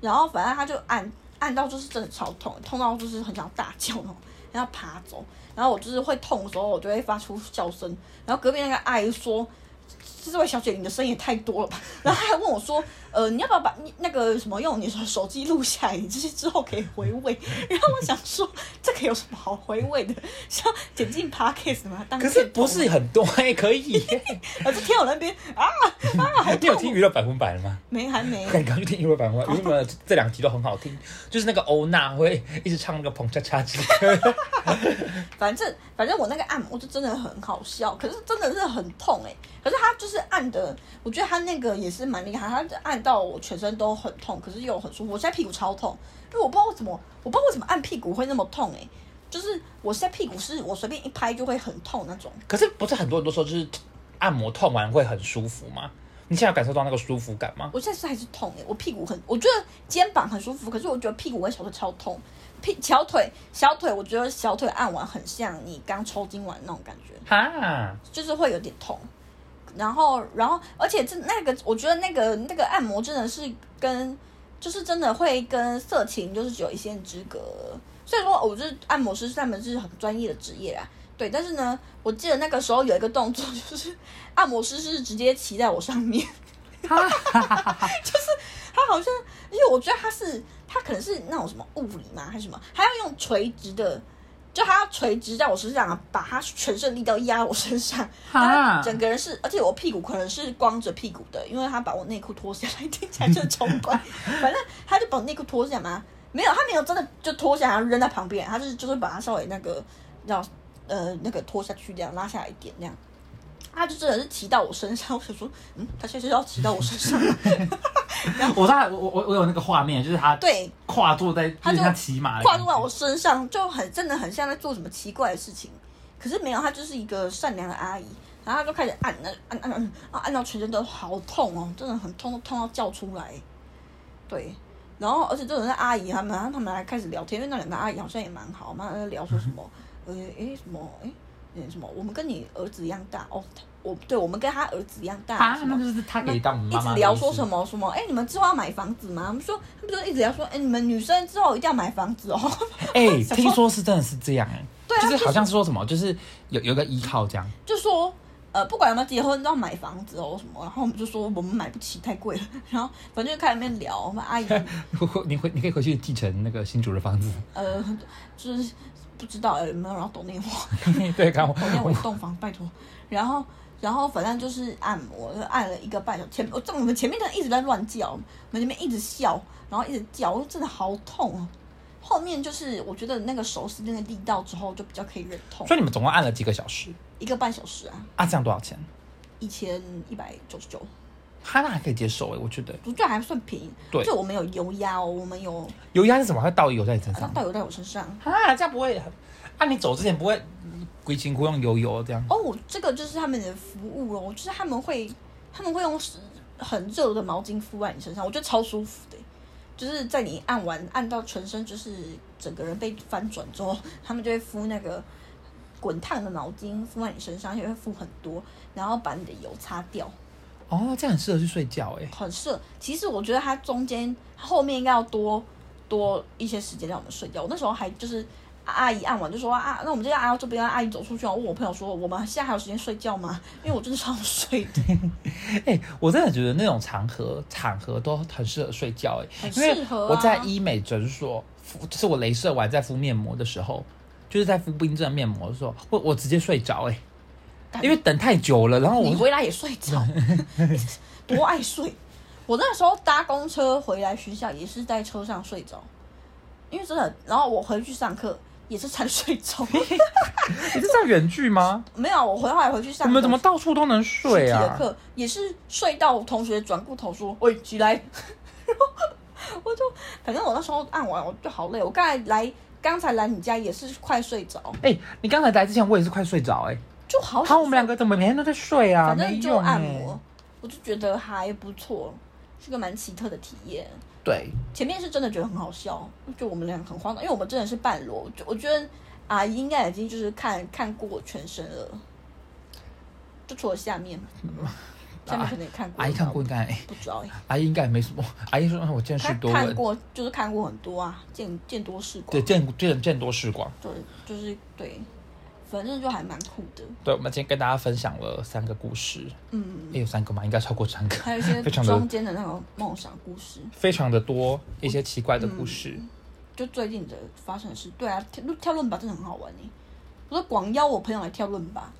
Speaker 2: 然后反正他就按按到就是真的超痛，痛到就是很想大叫那种，然后爬走。然后我就是会痛的时候，我就会发出笑声。然后隔壁那个阿姨说：“这位小姐，你的声音也太多了吧？” 然后她还问我说：“呃，你要不要把你那个什么用你的手机录下来？你这些之后可以回味。” 然后我想说，这个有什么好回味的？是要剪进 podcast 吗？当
Speaker 1: 可是
Speaker 2: 片头
Speaker 1: 不是很多哎、可以 耶、
Speaker 2: 吗，我就听我那边啊啊，好
Speaker 1: 你有
Speaker 2: 痛！
Speaker 1: 听娱乐百分百了吗？
Speaker 2: 没还没
Speaker 1: 我。看你刚去听娱乐百分百，因为这两集都很好听，就是那个欧娜会一直唱那个捧恰恰之歌，
Speaker 2: 反正反正我那个按摩就真的很好笑，可是真的是很痛哎、可是他就是按的，我觉得他那个也是蛮厉害，他就按到我全身都很痛，可是又很舒服。我现在屁股超痛，因为我不知道为什么，我不知道为什么按屁股会那么痛哎、就是我现在屁股是我随便一拍就会很痛那种。
Speaker 1: 可是不是很多人都说就是按摩痛完会很舒服吗？你现在有感受到那个舒服感吗？
Speaker 2: 我现在是还是痛哎、我屁股很，我觉得肩膀很舒服，可是我觉得屁股跟小腿超痛。屁小腿小腿，我觉得小腿按完很像你刚抽筋完那种感觉。
Speaker 1: 哈，
Speaker 2: 就是会有点痛。然后，然后，而且这那个，我觉得那个那个按摩真的是跟，就是真的会跟色情就是只有一线之隔。虽然说我就是按摩师，他们是很专业的职业啦，对。但是呢，我记得那个时候有一个动作，就是按摩师是直接骑在我上面， 他好像，因为我觉得他是他可能是那种什么物理嘛还是什么，他要用垂直的，就他要垂直在我身上，把他全身力道压我身上，
Speaker 1: 啊
Speaker 2: 他整个人是，而且我屁股可能是光着屁股的，因为他把我内裤脱下来，听起来就超怪。反正他就把我内裤脱下嘛，没有，他没有真的就脱下来然后扔在旁边，他就是就是把它稍微那个，要呃那个脱下去这样拉下来一点这样。他就真的是骑到我身上，我想说，嗯，他现在是要骑到我身上吗，
Speaker 1: 我大我我我有那个画面，就是他
Speaker 2: 对，
Speaker 1: 跨坐在，有
Speaker 2: 他就
Speaker 1: 点像骑马的
Speaker 2: 跨
Speaker 1: 感觉，
Speaker 2: 入到我身上，就很真的很像在做什么奇怪的事情。可是没有，她就是一个善良的阿姨，然后她就开始按，那按按按，啊按到全身都好痛哦，真的很痛，痛到叫出来。对，然后而且这种是阿姨他们，他们还开始聊天，因为那两个阿姨好像也蛮好嘛，在聊说什么，呃，诶什么，诶，诶什么，我们跟你儿子一样大哦，他我对我们跟他儿子一样大，
Speaker 1: 啊
Speaker 2: 什，么
Speaker 1: 那就是他可以当我们
Speaker 2: 一
Speaker 1: 妈妈
Speaker 2: 直
Speaker 1: 的
Speaker 2: 聊
Speaker 1: 意思
Speaker 2: 说什么什么，哎、你们之后要买房子吗？我们说，他们就一直聊说，哎、你们女生之后一定要买房子哦。
Speaker 1: 哎、
Speaker 2: 想说
Speaker 1: 听说是真的是这样哎、
Speaker 2: 对啊
Speaker 1: 就是
Speaker 2: 就是
Speaker 1: 好像是说什么，就是有有一个依靠这样，
Speaker 2: 就说，呃，不管有没有结婚，都要买房子哦什么。然后我们就说我们买不起，太贵了。然后反正就开始面聊，我们阿姨
Speaker 1: 你回你可以回去继承那个新竹的房子。
Speaker 2: 呃，就是不知道有没有人要懂那我，
Speaker 1: 对，看我
Speaker 2: 我要我
Speaker 1: 我
Speaker 2: 一栋房，拜托。然后，然后反正就是按摩，就按了一个半小时。前我这我们前面真的一直在乱叫，我们前面一直笑，然后一直叫，我说真的好痛哦。后面就是我觉得那个手是那个力道之后就比较可以忍痛，
Speaker 1: 所以你们总共按了几个小时
Speaker 2: 一个半小时啊，
Speaker 1: 啊？这样多少钱？
Speaker 2: 一千一百九十九，
Speaker 1: 哈那还可以接受哎、我觉得
Speaker 2: 我觉得还算便宜。
Speaker 1: 对
Speaker 2: 就我们有油压哦，我们有
Speaker 1: 油压是怎么会倒油在你身
Speaker 2: 那
Speaker 1: 上？
Speaker 2: 倒油在我身上。
Speaker 1: 啊，这样不会啊？你走之前不会鬼情哭用油油这样？
Speaker 2: 哦，这个就是他们的服务哦，就是他们会他们会用湿很热的毛巾敷在你身上，我觉得超舒服的，就是在你按完按到全身就是整个人被翻转之后， 他们就会敷那个滚烫的毛巾敷在你身上，也会敷很多，然后把你的油擦掉，
Speaker 1: 哦，这样很适合去睡觉哎、
Speaker 2: 很适合。其实我觉得它中间它后面应该要多多一些时间让我们睡觉，我那时候还就是。阿姨按完就说啊，那我们就要按到这边，让阿姨走出去。我问我朋友说，啊我们现在还有时间睡觉吗？因为我真的超想睡的。
Speaker 1: 哎、我真的觉得那种场合场合都很适合睡觉哎、
Speaker 2: 很
Speaker 1: 因为
Speaker 2: 适合啊
Speaker 1: 我在医美诊所敷，就是我镭射完在敷面膜的时候，就是在敷冰镇面膜的时候，我我直接睡着哎、
Speaker 2: 干
Speaker 1: 因为等太久了，然后
Speaker 2: 你
Speaker 1: 哦我
Speaker 2: 回来也睡着，多爱睡。我那时候搭公车回来学校也是在车上睡着，因为真的。然后我回去上课也是才睡着，
Speaker 1: 你是在远距吗？
Speaker 2: 没有，啊我回后来回去
Speaker 1: 我
Speaker 2: 上
Speaker 1: 们怎么
Speaker 2: 课
Speaker 1: 到处都能
Speaker 2: 实
Speaker 1: 睡
Speaker 2: 体的
Speaker 1: 啊？
Speaker 2: 课也是睡到同学转过头说：“喂，起来。” 然后我就反正我那时候按完我就好累，我刚才来刚才来你家也是快睡着，
Speaker 1: 哎、你刚才来之前我也是快睡着哎、
Speaker 2: 就好想
Speaker 1: 好，我们两个怎么每天都在睡啊？
Speaker 2: 哦反正
Speaker 1: 没
Speaker 2: 就
Speaker 1: 用哎
Speaker 2: 按摩，我就觉得还不错，是个蛮奇特的体验。
Speaker 1: 对，
Speaker 2: 前面是真的觉得很好笑，就我们俩很荒唐，因为我们真的是半裸，就我觉得阿姨应该已经就是看看过我全身了，就除了 下面嘛，下面可能也看过，
Speaker 1: 啊阿姨看过，应该，哎
Speaker 2: 不知道欸，
Speaker 1: 阿姨应该也没什么。阿姨说嗯我见识
Speaker 2: 她
Speaker 1: 多
Speaker 2: 看
Speaker 1: 闻，
Speaker 2: 过就是看过很多啊，见见多识广，
Speaker 1: 对，见见见多识广。
Speaker 2: 对，就是对，反正就还蛮酷的，
Speaker 1: 对，我们今天跟大家分享了三个故事，
Speaker 2: 嗯，
Speaker 1: 也有三个嘛，应该超过三个，
Speaker 2: 还有一 些
Speaker 1: 非常
Speaker 2: 中
Speaker 1: 的
Speaker 2: 间的那种梦想故事，
Speaker 1: 非常的多一些奇怪的故
Speaker 2: 嗯
Speaker 1: 事。
Speaker 2: 就最近的发生的事，对啊，跳跳论吧真的很好玩呢、我说广邀我朋友来跳论吧，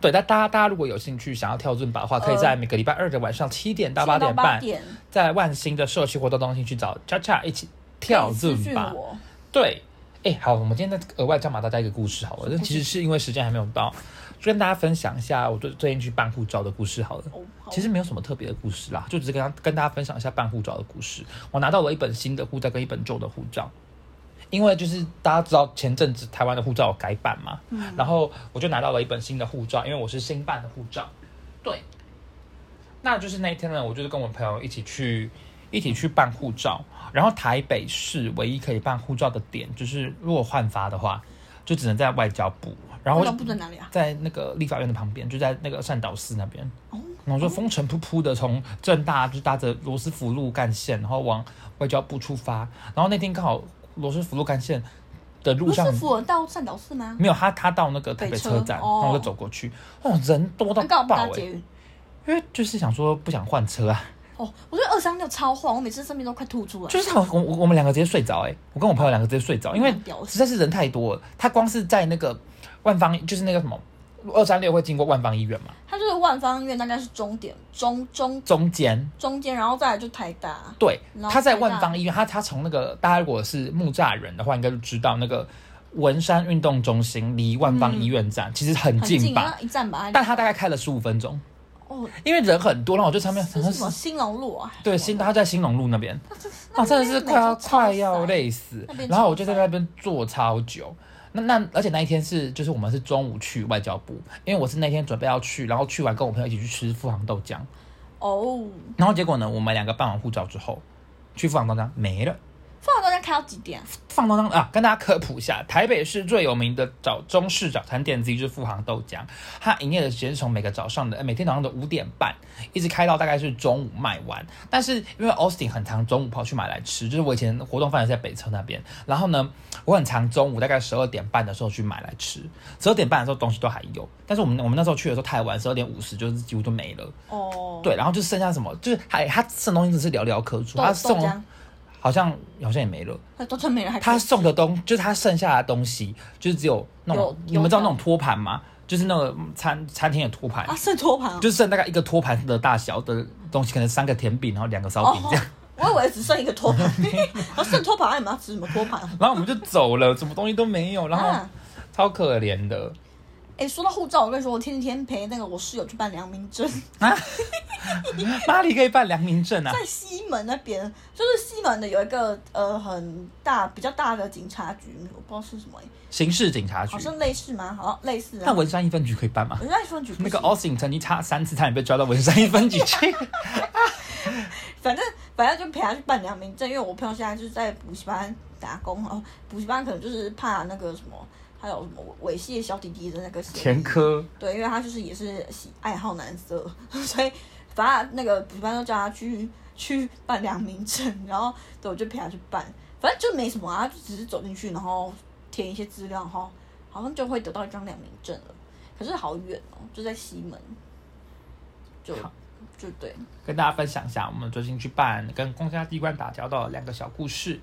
Speaker 1: 对，但大家大家如果有兴趣想要跳尊吧的话，可以在每个礼拜二的晚上七点到八
Speaker 2: 7
Speaker 1: 点
Speaker 2: 八
Speaker 1: 半，
Speaker 2: 点
Speaker 1: 在万兴的社区活动中心去找恰恰一起跳
Speaker 2: 私
Speaker 1: 尊
Speaker 2: 讯
Speaker 1: 吧。
Speaker 2: 我。
Speaker 1: 对，哎，好，我们今天再额外教马大家一个故事好了，但其实是因为时间还没有到，就跟大家分享一下我最最近去办护照的故事好了。
Speaker 2: 哦，好
Speaker 1: 其实没有什么特别的故事啦，就只是跟大跟大家分享一下办护照的故事。我拿到了一本新的护照跟一本旧的护照，因为就是大家知道前阵子台湾的护照有改版嘛，
Speaker 2: 嗯
Speaker 1: 然后我就拿到了一本新的护照，因为我是新办的护照。对，那就是那一天呢，我就是跟我朋友一起去一起去办护照，然后台北市唯一可以办护照的点就是，如果换发的话，就只能在外交部，然后
Speaker 2: 我想不准哪里啊？
Speaker 1: 在那个立法院的旁边，就在那个善导寺那边。
Speaker 2: 哦，
Speaker 1: 然后就风尘仆仆的从正大就搭着罗斯福路干线，然后往外交部出发。然后那天刚好罗斯福路干线的路
Speaker 2: 不
Speaker 1: 上
Speaker 2: 是福尔到善导寺吗？
Speaker 1: 没有他，他到那个台北
Speaker 2: 北车
Speaker 1: 车站，
Speaker 2: 哦
Speaker 1: 然后我就走过去，哦，人多到
Speaker 2: 刚好
Speaker 1: 爆
Speaker 2: 搭
Speaker 1: 哎、
Speaker 2: 捷运。
Speaker 1: 因为就是想说不想换车啊，
Speaker 2: 哦，我觉得二三六超晃，我每次生病都快吐出来。
Speaker 1: 就是我我我们两个直接睡着哎、我跟我朋友两个直接睡着，因为
Speaker 2: 蛮屌的
Speaker 1: 实在是人太多了。他光是在那个万方，就是那个什么二三六会经过万方医院嘛，
Speaker 2: 它就是万方医院，大概是终点中中
Speaker 1: 中间
Speaker 2: 中间，然后再来就台大。
Speaker 1: 对
Speaker 2: 然，后
Speaker 1: 他在
Speaker 2: 台大
Speaker 1: 万方医院，他他从那个大家如果是木栅人的话，应该就知道那个文山运动中心离万方医院站、其实很
Speaker 2: 嗯很
Speaker 1: 近
Speaker 2: 近，啊
Speaker 1: 吧，
Speaker 2: 那一站吧。
Speaker 1: 但他大概开了十五分钟，
Speaker 2: 哦，
Speaker 1: 因为人很多，然后我就上面
Speaker 2: 这
Speaker 1: 想
Speaker 2: 是
Speaker 1: 说
Speaker 2: 什么
Speaker 1: 是，
Speaker 2: 兴隆路啊？
Speaker 1: 对，新他在兴隆路那边，
Speaker 2: 那
Speaker 1: 啊，真的
Speaker 2: 边
Speaker 1: 是
Speaker 2: 每
Speaker 1: 快要
Speaker 2: 天超
Speaker 1: 快要
Speaker 2: 塞
Speaker 1: 累死
Speaker 2: 那边，
Speaker 1: 然后我
Speaker 2: 超
Speaker 1: 就在
Speaker 2: 塞
Speaker 1: 那边坐超久。那那而且那一天是就是我们是中午去外交部，因为我是那天准备要去，然后去完跟我朋友一起去吃富航豆浆，
Speaker 2: 哦，
Speaker 1: 然后结果呢，我们两个办完护照之后，去富航豆浆没了。
Speaker 2: 富尔到家开到到几点啊？
Speaker 1: 放东当啊，跟大家科普一下，台北市最有名的早中式早餐店之一就是富航豆浆，它营业的时间是从每个早上的呃每天早上的五点半，一直开到大概是中午卖完。但是因为 Austin 很常中午跑去买来吃，就是我以前活动范围在北侧那边，然后呢，我很常中午大概十二点半的时候去买来吃，十二点半的时候东西都还有，但是我们我们那时候去的时候太晚，十二点五十就是几乎都没了。
Speaker 2: 哦，
Speaker 1: 对，然后就剩下什么，就是还它剩东西只是寥寥可数，
Speaker 2: 豆
Speaker 1: 它
Speaker 2: 豆
Speaker 1: 送
Speaker 2: 浆，
Speaker 1: 好像好像也没了。
Speaker 2: 他都真没人还可以
Speaker 1: 他
Speaker 2: 吃
Speaker 1: 送的东就是他剩下的东西，就是只有那种
Speaker 2: 有
Speaker 1: 你们知道
Speaker 2: 有
Speaker 1: 那种托盘吗？就是那个餐餐厅的托盘，
Speaker 2: 啊，剩托盘啊
Speaker 1: 就剩大概一个托盘的大小的东西，可能三个甜饼，然后两个烧
Speaker 2: 哦
Speaker 1: 饼这样。
Speaker 2: 我以为只剩一个 托盘， 然后剩托盘，你们要吃什么托盘？
Speaker 1: 然后我们就走了，什么东西都没有，然后、
Speaker 2: 啊
Speaker 1: 超可怜的。
Speaker 2: 哎、说到护照，我跟你说，我天天陪那个我室友去办良 民证，
Speaker 1: 哪里可以办良民证啊？
Speaker 2: 在西门那边，就是西门的有一个呃很大比较大的警察局，我不知道是什么、欸，
Speaker 1: 刑事警察局
Speaker 2: 好。像类似吗？好像类似
Speaker 1: 那
Speaker 2: 啊。
Speaker 1: 文山一分局可以办吗
Speaker 2: 我？在说局不
Speaker 1: 那个
Speaker 2: 行
Speaker 1: Austin 曾经差三次差点被抓到文山一分局去。
Speaker 2: 反正反正就陪他去办良民证，因为我朋友现在就是在补习班打工哦，补习班可能就是怕那个什么，还有什么猥亵小弟弟的那个嫌疑
Speaker 1: 前科
Speaker 2: 对，因为他就是也是喜爱好男色，所以反正那个补习班都叫他去去办良民证，然后对我就陪他去办，反正就没什么啊，就只是走进去，然后填一些资料，然后好像就会得到一张良民证了。可是好远哦，就在西门，就
Speaker 1: 好
Speaker 2: 就对
Speaker 1: 跟大家分享一下，我们最近去办跟公家机关打交道的两个小故事。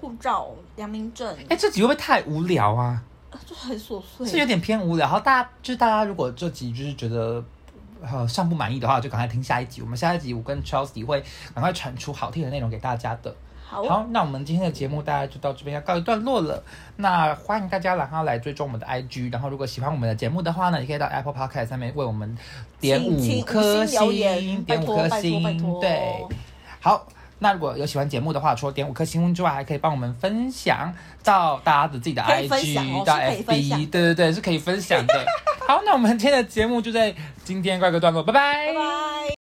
Speaker 2: 护照、良民证，
Speaker 1: 哎、这集会不会太无聊啊？
Speaker 2: 就很琐
Speaker 1: 是有
Speaker 2: 碎。
Speaker 1: 点偏无聊。然后大家就是大家如果这集就是觉得呃上不满意的话，就赶快听下一集。我们下一集我跟 Chelsea 会赶快产出好听的内容给大家的。
Speaker 2: 好，
Speaker 1: 好，那我们今天的节目大家就到这边要告一段落了。那欢迎大家然后来追踪我们的 IG，然后如果喜欢我们的节目的话呢，也可以到 Apple Podcast 上面为我们点
Speaker 2: 请请
Speaker 1: 五
Speaker 2: 五
Speaker 1: 颗
Speaker 2: 星留言，拜
Speaker 1: 点五
Speaker 2: 托
Speaker 1: 颗
Speaker 2: 拜托拜
Speaker 1: 星，
Speaker 2: 托，
Speaker 1: 对。好，那如果有喜欢节目的话，除了点五颗星之外，还可以帮我们分享到大家的自己的
Speaker 2: 可以分享
Speaker 1: IG、
Speaker 2: 哦
Speaker 1: 到
Speaker 2: 是可以分享
Speaker 1: FB，对对对，是可以分享的。好，那我们今天的节目就在今天告一个段落，拜拜
Speaker 2: 拜拜。